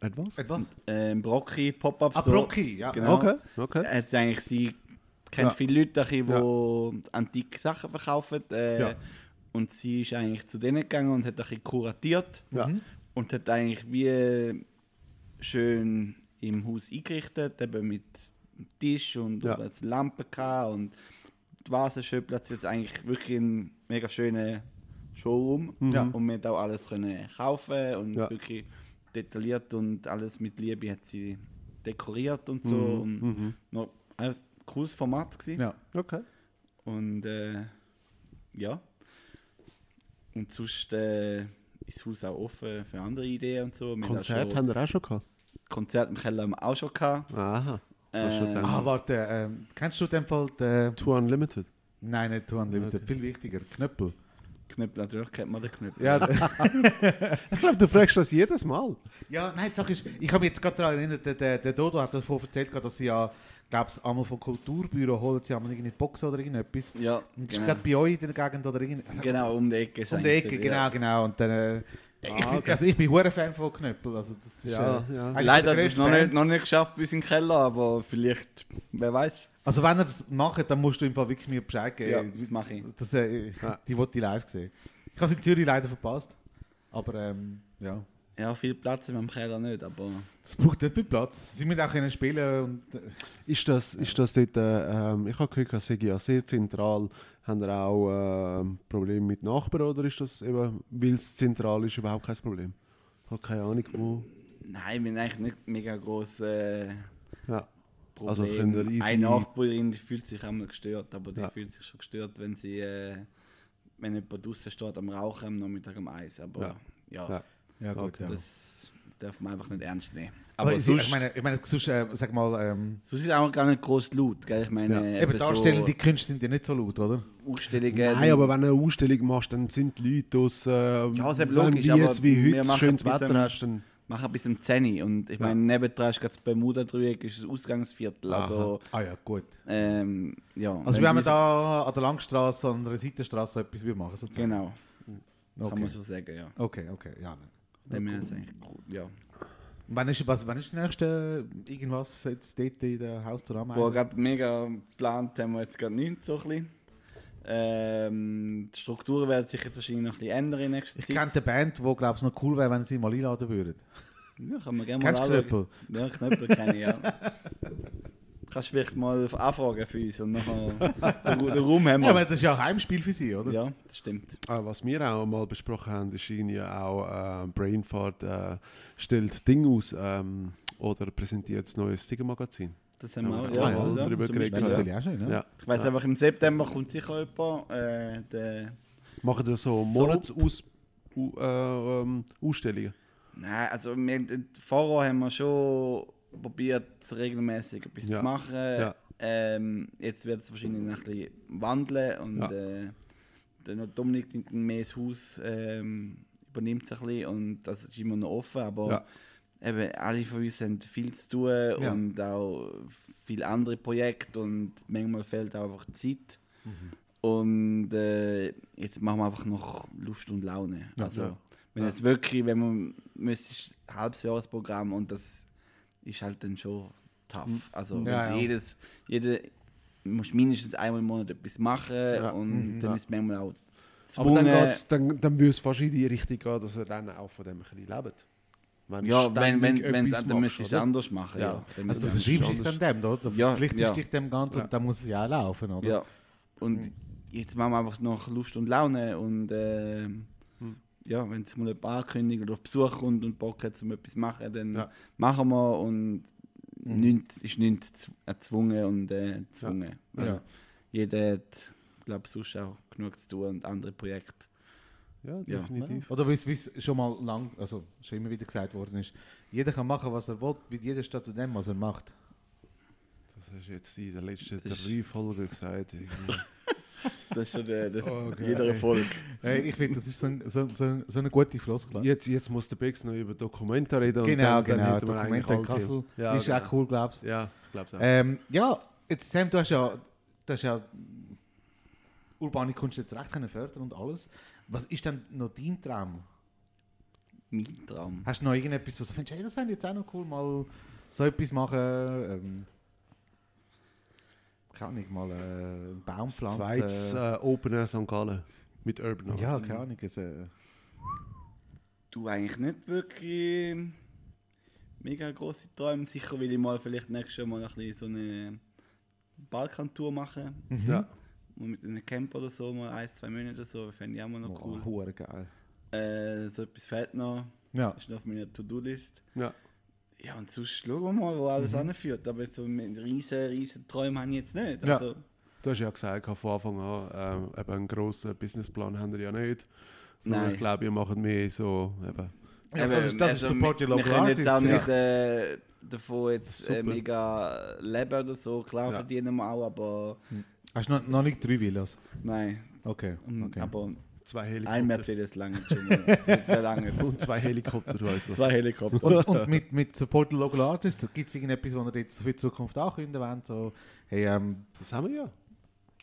C: Etwas?
A: Etwas?
B: Ähm, Brocki, Pop-Up
A: Ah,
B: Store.
A: Brocki, ja.
B: Genau.
C: Okay, okay.
B: Hat sie eigentlich, sie
A: Ja.
B: kennt viele Leute, die
C: Ja.
B: antike Sachen verkaufen. Äh,
A: Ja.
B: Und sie ist eigentlich zu denen gegangen und hat ein bisschen kuratiert.
C: Ja.
B: Und hat eigentlich wie schön im Haus eingerichtet, eben mit Tisch und
C: Ja.
B: ja. Lampen gehabt und die Vase schön platziert. Eigentlich wirklich ein mega schöner Showroom.
A: Ja.
B: Und wir haben auch alles können kaufen und
C: Mhm. Ja.
B: wirklich detailliert und alles mit Liebe hat sie dekoriert und so. Und
C: Mhm.
B: noch ein cooles Format gewesen.
A: Ja.
C: Okay.
B: Und äh, ja. Und sonst äh, ist das Haus auch offen für andere Ideen und so. Wir haben auch
C: Konzert
B: schon-
C: haben wir auch schon gehabt.
B: Konzert im Keller haben wir auch schon gehabt.
C: Aha.
B: Äh,
C: schon gedacht.
A: Ah, warte, ähm, kennst du den Fall den...
C: Two Unlimited.
A: Nein, nicht Two Unlimited, viel wichtiger, Knöppel.
B: Knöppel, natürlich kennt man den Knöppel.
A: Ja,
C: Ich glaube, du fragst das jedes Mal.
A: Ja, nein, die Sache ist, ich habe mich jetzt gerade daran erinnert, der, der, der Dodo hat davon erzählt, gehabt, dass sie ja, glaube ich, einmal vom Kulturbüro holen, sie haben irgendeine Box oder irgendetwas.
B: ja
A: Und das ist
B: genau.
A: gerade bei euch in der Gegend oder irgendwas.
B: genau, Ah, um die Ecke. ist
A: Um die Ecke,
B: eigentlich
A: genau,
B: der-
A: genau. Und dann, äh, ich, bin,
C: okay.
A: also ich bin hoher Fan von Knöppel. Also das ist,
C: Ja,
A: äh,
C: ja.
A: eine
B: Leider
A: der
B: hat es
A: grössten
B: noch nicht,
A: Bands.
B: noch nicht geschafft bis in den Keller, aber vielleicht, wer weiß.
A: Also wenn ihr das macht, dann musst du im Fall wirklich mir Bescheid geben.
B: Ja, das mache ich.
A: Das, äh,
C: Ja.
A: Die wollte ich live sehen. Ich habe es in Zürich leider verpasst. Aber ähm, ja,
B: Ja, viel Platz haben wir im Keller nicht, aber
A: das braucht nicht viel Platz. Sie müssen auch können spielen und... Äh,
C: Ist das, ist das dort, äh, ähm, ich habe gehört, dass ja sehr zentral, haben wir auch ähm, Probleme mit Nachbarn oder ist das eben, weil es zentral ist, überhaupt kein Problem? Ich habe keine Ahnung, wo.
B: nein, wir haben eigentlich nicht mega groß äh,
C: Ja.
B: Problem.
C: Also können wir easy-
B: Eine Nachbarin die fühlt sich einmal gestört, aber die
C: Ja.
B: fühlt sich schon gestört, wenn sie, äh, wenn jemand draußen steht am Rauchen, am Nachmittag am Eis. Aber ja,
C: Ja. genau.
A: ja gut,
C: Okay.
A: ja.
B: das darf man einfach nicht ernst nehmen.
A: Aber,
B: Aber,
A: ich-
B: sonst,
A: ich meine, ich meine sonst, äh, sag mal, ähm,
B: sonst ist es auch gar nicht groß laut, gell? Ich meine,
C: Ja.
A: eben darstellende Künste sind ja nicht so laut, oder?
B: so Ausstellungen.
C: Nein, aber wenn du eine Ausstellung machst, dann sind die Leute draussen. Äh,
B: Ja, ist eben
C: wenn
B: logisch,
C: wir
B: aber
C: jetzt wie
B: wir
C: heute
B: machen
C: schönes
B: bis
C: Wetter
B: am-
C: hast, dann.
B: machen bis um 10 Uhr. Und ich meine, nebendran ist gerade das Bermuda-Dreieck, ist das Ausgangsviertel. Also,
A: Ah ja, gut.
B: ähm, ja.
A: Also
B: wenn
A: wenn wir
B: wir so-
A: da an der Langstrasse, an der Seitenstrasse etwas wir machen sozusagen.
B: Genau,
C: Hm.
B: kann
A: Okay.
B: man so sagen, ja.
A: okay, okay, ja. Nein.
B: Dann wäre es eigentlich cool, ja.
A: Wann ist, was, wann ist das nächste äh, irgendwas jetzt dort in der Hausdorama?
B: Boah, gerade mega geplant haben wir jetzt gerade nichts, so ein bisschen. Ähm, die Strukturen werden sich jetzt wahrscheinlich noch ein bisschen ändern in nächster
A: Ich
B: Zeit.
A: kenne eine Band, die glaube ich noch cool wäre, wenn sie mal einladen würden.
B: Ja, kann man gerne
A: Kennst du
B: mal anschauen.
A: Knöppel?
B: Ja, Knöppel kenne ich, ja. Kannst du vielleicht mal anfragen für uns und nachher den Ru- den Raum haben
A: Ja, aber
B: wir.
A: das ist ja ein Heimspiel für sie, oder?
B: Ja, das stimmt.
C: Ah, was wir auch mal besprochen haben, ist irgendwie auch äh, Brainfart äh, stellt Ding aus ähm, oder präsentiert das neue Stigma-Magazin.
B: Das haben wir
C: Haben
B: auch,
C: wir
B: ja,
A: auch mal
B: ja,
C: drüber
B: zum
C: geredet,
A: Wäre
B: Beispiel,
A: natürlich auch schön, ne? Also,
C: Ja.
A: ja.
B: Ich weiß einfach, im September kommt sicher jemand. Äh, der
C: Machen da so
B: So.
C: Monatsaus u- äh, ähm, Ausstellungen.
B: Nein, also wir, vorher haben wir schon probiert, regelmäßig etwas
C: Ja.
B: zu machen.
C: Ja.
B: Ähm, jetzt wird es wahrscheinlich noch ein bisschen wandeln und
C: Ja.
B: äh, dann Dominik nimmt dann mehr das Haus, ähm, übernimmt es ein bisschen und das ist immer noch offen, aber eben, alle von uns haben viel zu tun
A: Ja.
B: und auch viele andere Projekte und manchmal fehlt auch einfach die Zeit. Und äh, jetzt machen wir einfach noch Lust und Laune. also,
C: ja.
B: wenn jetzt wirklich, wenn man müsste, ist ein halbes Jahresprogramm und das ist halt dann schon
C: Mhm.
B: tough. Also, wenn
A: Ja, ja.
B: jedes, jede, musst mindestens einmal im Monat etwas machen
C: Ja.
B: und dann ist manchmal auch
C: Aber dann,
B: gezwungen-
C: geht's, dann, dann würde es fast in die Richtung gehen, dass er dann auch von dem ein bisschen lebt. Wenn
B: Ja, wenn, wenn,
C: ständig
B: wenn,
C: etwas
B: dann müsstest du es
C: machst, oder?
B: anders machen.
C: Ja.
B: Ja. Dann
A: Also du
B: müsstest du-
A: verschreibst dich dann dem, oder?
B: Ja,
A: Verpflichtest
B: ja.
A: dich dem Ganzen und dann muss es ja auch laufen, oder?
B: ja. Und jetzt machen wir einfach noch Lust und Laune und äh,
A: Hm.
B: ja, wenn es mal jemand ankündigt oder auf Besuch kommt und Bock hat, um etwas zu machen, dann
C: Ja.
B: machen wir und
A: Mhm.
B: nichts ist nichts zw- erzwungen und äh, gezwungen. Weil
A: Ja.
B: Jeder hat, glaube ich, sonst auch genug zu tun und andere Projekte.
C: Ja,
B: Ja.
C: definitiv.
A: Oder wie es- wie es schon mal lang, also schon immer wieder gesagt worden ist, jeder kann machen, was er will, weil jeder steht zu dem, was er macht.
C: Das hast du jetzt in den letzten drei Folgen gesagt. irgendwie.
B: Das ist schon der, der
C: Okay.
B: jeder Erfolg.
A: Hey, ich finde, das ist so, ein, so, so, so eine gute Floskel.
C: jetzt, jetzt muss der Bex noch über Dokumente reden.
A: Genau,
C: und dann,
A: genau.
C: Dann
A: Dokumente in Kassel.
C: Ja,
A: ist
C: genau.
A: auch cool, glaubst du?
C: Ja, ich glaube auch.
A: Ähm, ja, jetzt Sam, du hast ja, du hast ja urbane Kunst jetzt recht können fördern und alles. Was ist denn noch dein Traum?
B: Mein Traum.
A: Hast du noch irgendetwas, was du findest, hey, das fände ich jetzt auch noch cool, mal so etwas machen? Ähm, keine Ahnung, mal äh, einen Baum pflanzen.
C: Zweites äh, Open Air St. Gallen mit Urban Art.
A: ja, keine Ahnung. Es, äh,
B: Du eigentlich nicht wirklich mega große Träume. Sicher will ich mal vielleicht nächstes Jahr mal ein bisschen so eine Balkantour machen.
C: Mhm.
A: Mhm.
C: Ja.
B: Und mit einem Camp oder so, mal ein, zwei Monate oder so, fände ich auch mal noch cool.
A: Hure geil.
B: Äh, so etwas fehlt noch.
A: Ja.
B: Ist noch auf meiner To-Do-List.
C: ja.
B: Ja, und sonst schauen wir mal, wo
A: Mhm.
B: alles anführt. Aber so mit riesen, riesen Träumen habe ich jetzt nicht.
A: Ja.
B: Also,
C: Du hast ja gesagt, von Anfang an, ähm, eben einen grossen Businessplan haben wir ja nicht. Nur
B: Nein.
C: Ich glaube, ihr macht mehr so, eben,
A: Ja,
B: Eben,
A: das ist, das ist
B: also,
A: Support Your
B: wir-
A: Local
B: Wir können jetzt auch
A: Artist,
B: nicht äh, davon jetzt äh,
C: Super.
B: mega leben oder so. Klar
C: Ja.
B: verdienen wir auch, aber
A: Hast du noch, noch nicht drei Villas?
B: nein.
A: Okay.
B: Mm,
A: okay.
B: Aber
C: zwei
B: ein
C: Helikopter.
B: Mercedes lange schon. mal. lange.
C: Und zwei Helikopter, du weißt
B: Zwei Helikopter.
A: Und, und mit, mit Support the Local Artists, gibt es irgendetwas, was ihr jetzt für die Zukunft ankünden wollt? So, hey, ähm,
C: Das haben wir ja.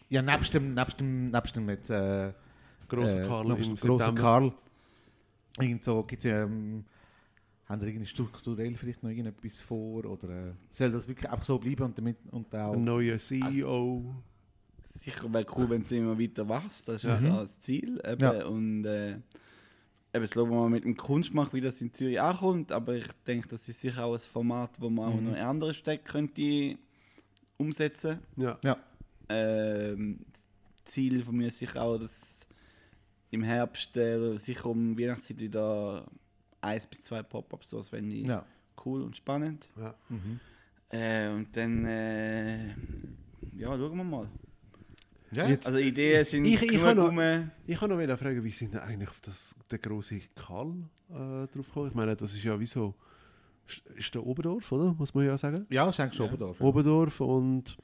A: ja, nebst dem, nebst dem, nebst dem jetzt, äh,
C: Grosser
A: äh,
C: Karl
A: nebst
C: im
A: dem grossen
C: September.
A: Karl. Irgend so, gibt's, ähm, haben ihr irgendwie strukturell vielleicht noch irgendetwas vor? Oder äh, soll das wirklich einfach so bleiben und damit und auch...
C: Ein neuer E CEO.
A: Also-
B: Sicher wäre cool, wenn es immer weiter wächst. Das ist
A: Mhm.
B: auch das Ziel. Eben.
A: Ja.
B: Und äh, eben, jetzt schauen wir mal mit dem Kunstmarkt, wie das in Zürich ankommt. Aber ich denke, das ist sicher auch ein Format, wo man auch noch in anderen Städten könnte umsetzen
C: Ja.
A: Ja,
B: ähm, das Ziel von mir ist sicher auch, dass im Herbst äh, sicher um Weihnachtszeit wieder eins bis zwei Pop-Up-Stores fände ich
A: ja. Mhm.
B: cool und spannend.
C: ja.
B: Äh, und dann, äh, ja, schauen wir mal.
A: ja.
C: Jetzt-
B: Also Ideen sind
C: Ich- ich
B: genug
C: habe noch-
B: rum.
C: Ich kann noch wieder fragen, wie sind denn eigentlich auf das, der große Karl äh, drauf gekommen? Ich meine, das ist ja wie so. ist- Ist der Oberdorf, oder? Muss man ja sagen.
A: ja, schenkst du Oberdorf. Ja.
C: Oberdorf und.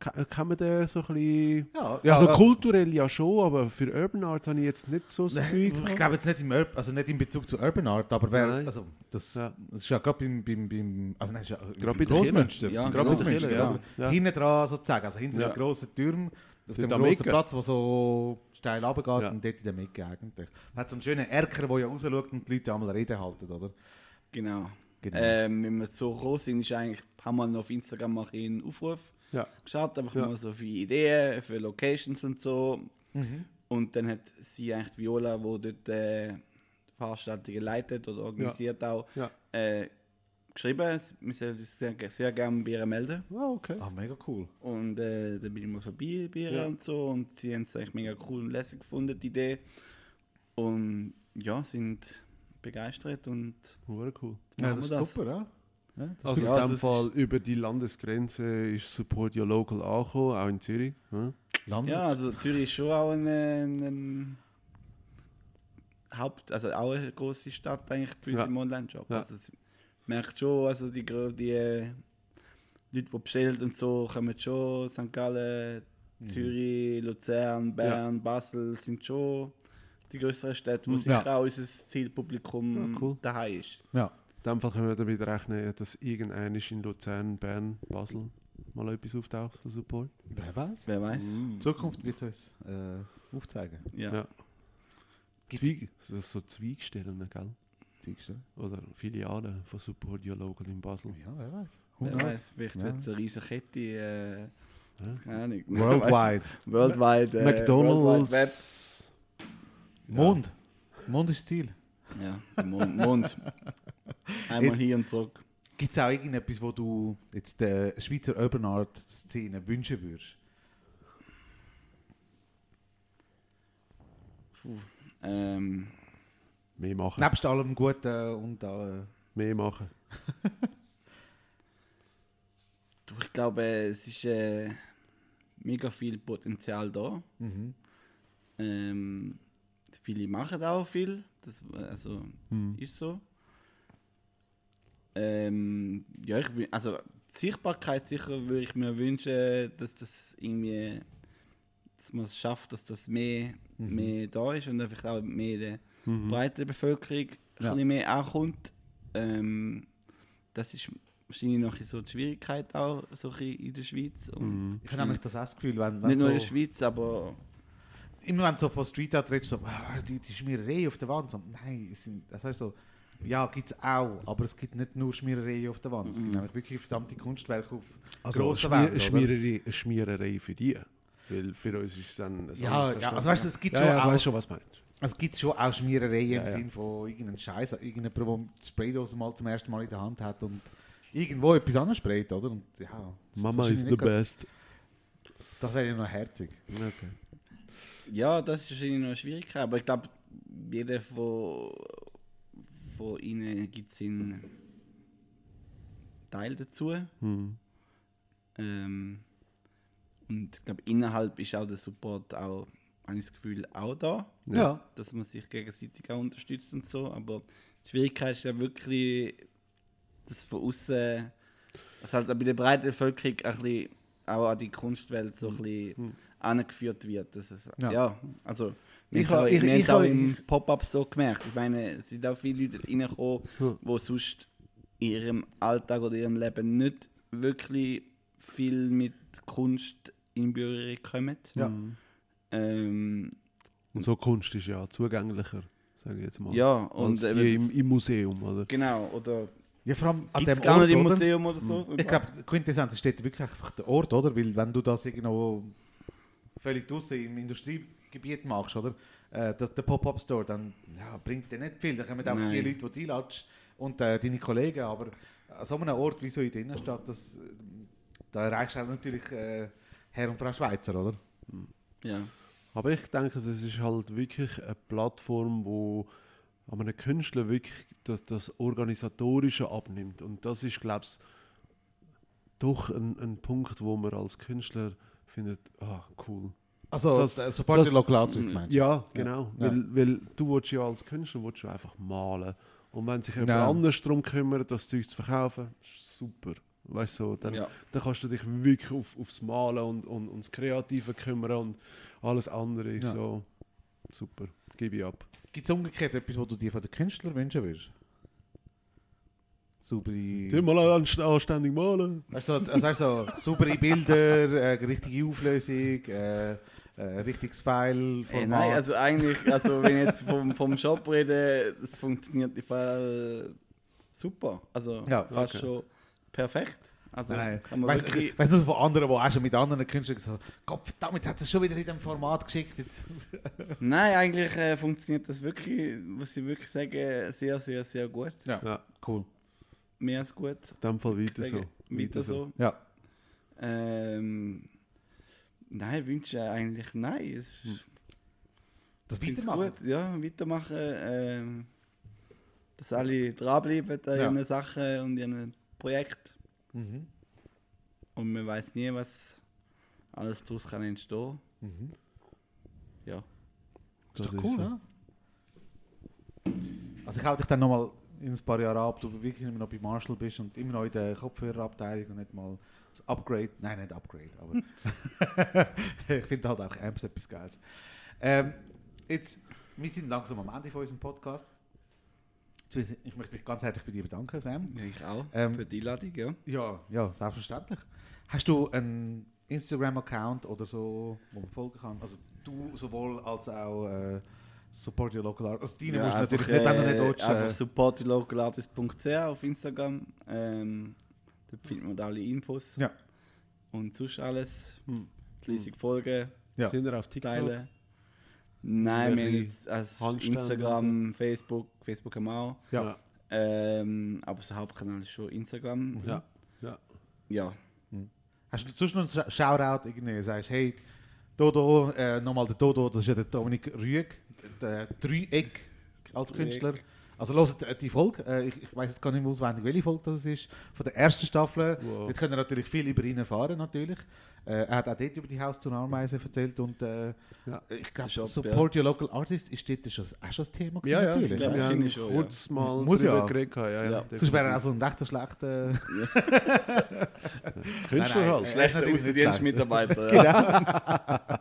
C: Ka- Kann man den so ein bisschen.
A: Ja, äh,
C: also
A: ja.
C: kulturell ja schon, aber für Urban Art habe ich jetzt nicht so das Gefühl.
A: Ich
C: gehabt.
A: glaube jetzt nicht, im Ur also nicht in Bezug zu Urban Art, aber wer,
C: Nein.
A: also das,
C: Ja.
A: das ist ja gerade beim, beim, beim also nein, ist ja
C: Gerade
A: beim
C: bei der
A: Grossmünster.
B: Kirche. Ja,
A: gerade
B: genau.
A: bei der Kirche,
C: Ja.
A: ja.
C: Ja.
A: Hinten dran sozusagen, also hinter
B: Ja.
A: den grossen Türmen, auf
C: Dort
A: dem
C: am
A: grossen
C: Ecke.
A: Platz, der so steil runtergeht
C: Ja.
A: und dort in der Mitte eigentlich. Hat so einen schönen Erker, der ja rausschaut und die Leute einmal reden halten, oder?
B: Genau.
A: Genau.
B: Ähm, wenn wir so groß sind, ist eigentlich, haben wir noch auf Instagram mal einen Aufruf.
C: Ja.
B: geschaut, einfach
C: Ja.
B: mal so für Ideen, für Locations und so.
C: Mhm.
B: Und dann hat sie eigentlich die Viola, die dort äh, Veranstaltungen leitet oder organisiert auch,
C: Ja.
B: äh, geschrieben. Wir sollen uns sehr, sehr gerne bei ihr melden.
C: Ah, okay.
A: Ah, mega cool.
B: Und äh, dann bin ich mal vorbei bei ihr
C: Ja.
B: und so. Und sie haben es eigentlich mega cool und lässig gefunden, die Idee. Und ja, sind begeistert und
C: Hure cool.
A: Ja,
B: Machen
A: das ist
B: wir das.
A: super, ja. ja das
C: Also
B: Ja,
C: auf
B: also
C: jeden
B: es-
C: Fall über die Landesgrenze ist Support Your Local angekommen, auch in Zürich. Ja.
A: Land
B: ja, also Zürich ist schon auch ein, äh, ein, ein Haupt, also auch eine große Stadt eigentlich für
C: Ja.
B: unseren Online-Shop.
C: Ja.
B: Also es merkt schon, also die, gro- die äh, Leute, die bestellen und so, kommen schon, St. Gallen, Zürich, Luzern, Bern, Basel sind schon die größeren Städte, wo
A: Mhm.
B: sicher
A: Ja.
B: auch unser Zielpublikum
C: Ja, cool.
B: daheim ist.
A: Ja.
C: In dem Fall können wir damit rechnen, dass irgendein ist in Luzern, Bern, Basel mal etwas auftaucht von Support.
A: Wer weiß?
B: Wer weiß?
A: Mhm. Zukunft wird es uns äh, aufzeigen.
B: Ja.
C: Ja.
A: Gibt's-
C: Zweig, so, so Zweigstellen, gell?
A: Zeigst du?
C: Oder Filialen von Support Your Local in Basel.
A: Ja, wer weiß.
B: Wer weiß, vielleicht
A: Ja.
B: wird es eine riesige Kette. Äh, keine Ahnung.
A: Worldwide.
B: Worldwide. Äh, Worldwide Web.
C: McDonalds.
A: Mond. Mond ist das Ziel.
B: Ja, der Mond. Mond. Einmal hier und zurück.
A: Gibt es auch irgendetwas, wo du jetzt der Schweizer Urban Art Szene wünschen würdest?
B: Ähm,
C: Mehr machen.
A: Nebst allem Guten und allem.
C: Mehr machen.
B: du, ich glaube, es ist äh,
A: Mhm.
B: mega viel Potenzial da. Ähm, Viele machen auch viel, das also,
A: Hm.
B: ist so. Ähm, ja, ich, wü- also Sichtbarkeit sicher würde ich mir wünschen, dass das irgendwie, dass man es schafft, dass das mehr, mehr da ist und dann vielleicht auch mehr äh, der
C: Mhm.
B: breiten Bevölkerung ein
A: Mhm. Ja.
B: bisschen mehr ankommt. Ähm, das ist wahrscheinlich noch so die Schwierigkeit auch so ein bisschen in der Schweiz. Und
A: Ich habe nämlich das auch das Gefühl, wenn, wenn
B: Nicht
A: so,
B: nur in der Schweiz, aber
A: immer wenn du so von Street Art redest, so, ah, die, die Schmiererei auf der Wand. So, nein, es sind, das heißt so, ja, gibt es auch, aber es gibt nicht nur Schmiererei auf der Wand. Es gibt nämlich wirklich verdammte Kunstwerke auf
C: Also
A: grossen
C: Schmier-
A: Wänden, oder?
C: Schmiererei, eine Schmiererei für die. Weil für uns ist es dann... ein
A: Ja,
C: anderes
A: ja, also
C: Verständnis.
A: weißt du, es gibt
C: ja,
A: schon
C: Ja, ich
A: auch-
C: weiss schon, was du meinst.
A: Also gibt es schon auch Schmierereien im
C: ja.
A: Sinn von irgendeinem Scheiß, irgendjemand, der die Spraydose mal zum ersten Mal in der Hand hat und irgendwo etwas anderes sprayt, oder? Und, ja, das ist
C: Mama
A: wahrscheinlich
C: is the
A: nicht gerade-
C: best.
A: Das wäre ja noch herzig.
C: Okay.
B: Ja, das ist wahrscheinlich noch eine Schwierigkeit, aber ich glaube, jeder von, von ihnen gibt seinen Teil dazu.
A: Hm.
B: Ähm, und ich glaube, innerhalb ist auch der Support auch, habe ich das Gefühl, auch da,
A: Ja.
B: dass man sich gegenseitig auch unterstützt und so, aber die Schwierigkeit ist ja wirklich, das von außen, dass halt auch bei der breiten Bevölkerung ein bisschen auch an die Kunstwelt so ein bisschen angeführt wird. Das ist,
A: Mhm. Ja.
B: ja. also wir
A: Ich
B: haben
A: ha-
B: auch-
A: ich-
B: wir haben
A: ich
B: es auch
A: ha-
B: im Pop-up so gemerkt. Ich meine, es sind auch viele Leute reingekommen,
C: Hm.
B: die sonst in ihrem Alltag oder ihrem Leben nicht wirklich viel mit Kunst in Berührung kommen.
A: Ja.
B: Ähm,
C: Und so Kunst ist ja zugänglicher, sage ich jetzt mal.
B: ja,
C: Und
B: und
C: als die
B: eben-
C: im, im Museum, oder?
B: genau, oder
A: Ja, vor allem an
B: gibt es
A: dem
B: gar
A: Ort,
B: nicht im
A: oder?
B: Museum oder so.
A: Ich glaube, die Quintessenz ist dort wirklich einfach der Ort, oder? Weil wenn du das irgendwo völlig draußen im Industriegebiet machst, oder? Äh, das, der Pop-Up-Store, dann ja, bringt dir nicht viel. Dann kommen einfach
B: Nein.
A: die Leute, die du einlatschst und äh, deine Kollegen. Aber an so einem Ort wie so in der Innenstadt, das, äh, da erreichst du auch natürlich äh, Herr und Frau Schweizer, oder?
B: ja.
C: Aber ich denke, es ist halt wirklich eine Plattform, wo an einem Künstler wirklich das, das Organisatorische abnimmt. Und das ist, glaube ich, doch ein, ein Punkt, wo man als Künstler findet, ah, cool.
A: Also,
C: Das-
A: äh, sobald
C: das-
A: du lokal triffst, meinst du?
C: Ja, genau.
A: Ja.
C: Weil, weil du willst ja als Künstler willst du einfach malen. Und wenn sich jemand
A: Ja.
C: anders darum kümmert, das Zeug zu verkaufen, ist super. Weißt du, so, dann,
B: Ja.
C: dann kannst du dich wirklich auf, aufs Malen und, und, und das Kreative kümmern und alles andere ist
A: Ja.
C: so super. Gebe ich ab.
A: Gibt es umgekehrt etwas, was du dir von den Künstlern wünschen würdest? Saubere...
C: Tu mal anst anständig malen.
A: Weißt du, das heißt so, saubere Bilder, äh, richtige Auflösung, äh, äh, richtiges File-Format.
B: Ey, nein, also eigentlich, also wenn ich jetzt vom, vom Shop rede, es funktioniert im Fall super. Also
A: Ja,
B: fast
A: okay.
B: schon perfekt. Also
A: Nein,
B: kann man
A: weißt
B: wirklich.
A: du, weißt du, von anderen, die auch schon mit anderen Künstlern gesagt haben, Gott verdammt, jetzt hat es schon wieder in diesem Format geschickt. Jetzt.
B: Nein, eigentlich äh, funktioniert das wirklich, muss ich wirklich sagen, sehr, sehr, sehr gut.
C: Ja,
A: Cool.
B: Mehr als gut.
C: in dem Fall weiter
B: Sagen,
C: so.
B: Weiter so.
A: Ja.
B: Ähm, nein, wünsche eigentlich nein.
A: Hm.
B: Es ist
A: Das
B: find's
A: weitermachen.
B: Gut. Ja, weitermachen. Ähm, dass alle dranbleiben an
A: Ja.
B: ihren Sachen und ihren Projekten.
A: Mhm.
B: Und man weiß nie, was alles daraus kann entstehen.
A: Mhm.
B: Ja.
A: Das ist doch
C: Das
A: cool,
C: ist so.
A: ne? Also ich hau dich dann nochmal in ein paar Jahren ab, ob du wirklich immer noch bei Marshall bist und immer noch in der Kopfhörerabteilung und nicht mal das Upgrade. Nein, nicht Upgrade, aber ich finde halt auch Amps etwas Geiles. Ähm, jetzt, wir sind langsam am Ende von unserem Podcast. Ich möchte mich ganz herzlich bei dir bedanken, Sam.
B: Ja, Ich auch.
A: Ähm,
B: Für die Einladung, ja.
A: Ja, ja, selbstverständlich. Hast du einen Instagram-Account oder so, wo man folgen kann? Also du sowohl als auch äh, Support Your Local Art. Also deine musst du natürlich nicht, wenn du nicht willst,
B: Einfach
A: äh,
B: supportlocalartist.ch auf Instagram. Ähm, da findet man alle Infos.
A: Ja.
B: Und sonst alles. Fleissig folgen,
A: Ja.
C: Hm. Sind wir auf TikTok?
B: teilen. Nein, wir haben
C: Irgendwelche
B: jetzt also
C: Handstände
B: Instagram, Facebook, Facebook haben wir auch.
A: Ja.
C: Ja.
B: Ähm, aber der Hauptkanal ist schon Instagram.
C: Ja. ja.
B: Ja.
A: Hast du sonst noch einen Sh- Shoutout irgendwie? Sagst hey, eh, Dodo, eh, äh, nochmal der Dodo, das ist ja der Dominik Rüeg, der Dreieck als Künstler. Also hört äh, die Folge, äh, ich, ich weiß jetzt gar nicht mehr auswendig, welche Folge das ist, von der ersten Staffel. eh,
C: Wow.
A: Dort könnt ihr natürlich viel über ihn erfahren, natürlich. Äh, er hat auch dort über die Haus zu Ameisen erzählt und äh, ich glaube,
B: Ist ab,
A: Support Your Local Artist dus ist dort schon, auch schon das Thema
C: Ja,
A: gewesen,
C: ja, ich
A: natürlich.
C: glaube,
A: ne?
C: wir
B: Ja,
C: haben
B: finde ich schon,
C: kurz mal
A: Muss ja.
C: drüber geredet. Ja, ja,
B: Ja.
C: ja.
A: Sonst wäre er also auch so ein rechter schlechter Nein,
C: Künstler
A: nein,
C: halt.
A: äh,
B: Schlechter
A: natürlich nicht
B: Außendienstmitarbeiter. ja.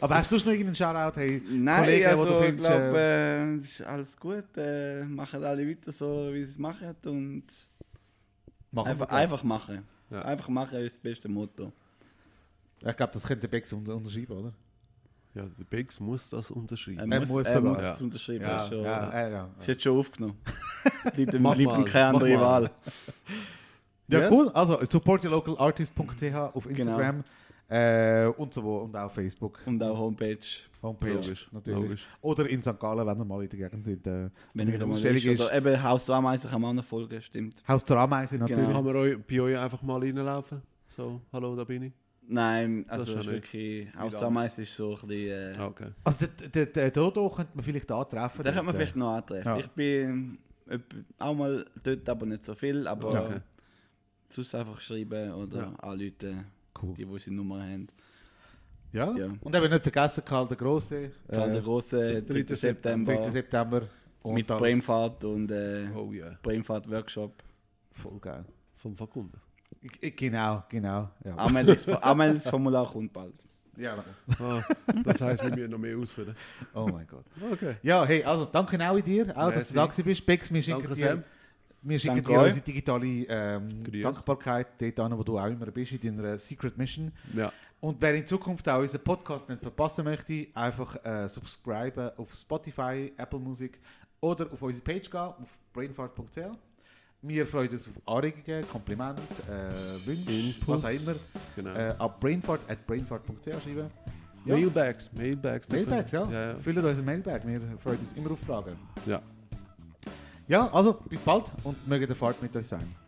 A: Aber hast du sonst noch irgendeinen Shoutout? Hey,
B: Nein,
A: Kollegen, wo
B: also
A: du
B: ich
A: findest,
B: glaube,
A: äh,
B: äh, ist alles gut. Äh, machen alle weiter so, wie sie es machen und
A: machen wir
B: einfach,
A: das.
B: einfach machen.
C: Ja.
B: Einfach machen ist das beste Motto.
A: Ich glaube, das könnte Bex unter- unterschreiben, oder?
C: Ja, der Biggs muss das unterschreiben.
A: Er muss
B: er
A: sogar,
B: muss
C: ja.
B: es unterschreiben.
C: Ja,
B: ist schon,
A: ja, äh, ja.
B: Ist jetzt schon aufgenommen. Bleibt ihm,
C: Mach
B: bleibt ihm
C: mal,
B: keine
C: mach
B: andere
C: mal.
B: Wahl.
A: Ja,
C: Yes.
A: cool. Also supportyourlocalartist.ch auf Instagram äh, und so wo und auch Facebook.
B: Und auch Homepage.
A: Homepage,
C: Logisch,
A: natürlich.
C: logisch.
A: Oder in St. Gallen, wenn ihr mal in der Gegend sind. Äh,
B: Wenn
A: wieder
B: wieder mal
A: Ausstellung
B: ist.
A: ist.
B: Oder eben Haus der Ameisen kann man auch noch folgen, stimmt.
A: Haus zur Ameise natürlich.
B: Genau.
C: Kann man euch, bei euch einfach mal reinlaufen? So, hallo, da bin ich.
B: Nein, also
C: schon
B: ist
C: nicht.
B: wirklich, Haus der
C: lang?
B: Ameisen ist so ein bisschen... Äh,
C: Ah, okay.
A: Also den, den, den Dodo könnte man vielleicht antreffen. dort,
B: Den könnte man
A: äh.
B: vielleicht noch antreffen.
A: Ja.
B: Ich bin öb- auch mal dort, aber nicht so viel. Aber
C: Ja, okay.
B: sonst einfach schreiben oder
C: Ja.
B: anrufen,
A: Cool.
B: die, die seine Nummer haben.
A: Ja.
B: Ja.
A: Und eben nicht vergessen, Karl der Große. äh,
C: Äh,
B: Karl der Große, 3. September,
A: 3. September. Und
B: mit
A: das-
B: Breimfahrt und äh,
C: Oh yeah.
B: Breimfahrt-Workshop.
A: Voll geil.
C: Vom Fakunden.
A: G- Genau, genau. Ja.
B: Ah. Anmeldungsformular Anmeldungsformular kommt bald.
A: ja.
C: Ah, das heisst, wir müssen noch mehr ausfüllen.
A: Oh mein Gott.
C: Okay.
A: Ja, hey, also danke auch in dir, auch dass
C: Merci.
A: du da gewesen bist. Bex, wir schicken
C: Danke,
A: dir,
C: Sam.
A: wir schicken
B: Danke
A: dir
B: euch.
A: unsere digitale ähm,
C: Grüß.
A: Dankbarkeit dort an, wo du auch immer bist, in deiner Secret Mission.
C: Ja.
A: Und wer in Zukunft auch unseren Podcast nicht verpassen möchte, einfach äh, subscriben auf Spotify, Apple Music oder auf unsere Page gehen, auf brainfart.ch. Wir freuen uns auf Anregungen, Komplimente, äh, Wünsche, was
C: Inputs.
A: auch immer.
C: Genau.
A: Äh, ab brainfart at brainfart.ch schreiben. Ja.
C: Mailbags, Mailbags.
A: Mailbags, ja.
C: Ja, ja.
A: Füllt unseren Mailbag, wir freuen uns immer auf Fragen.
C: ja.
A: Ja, also bis bald und möge der Fahrt mit euch sein.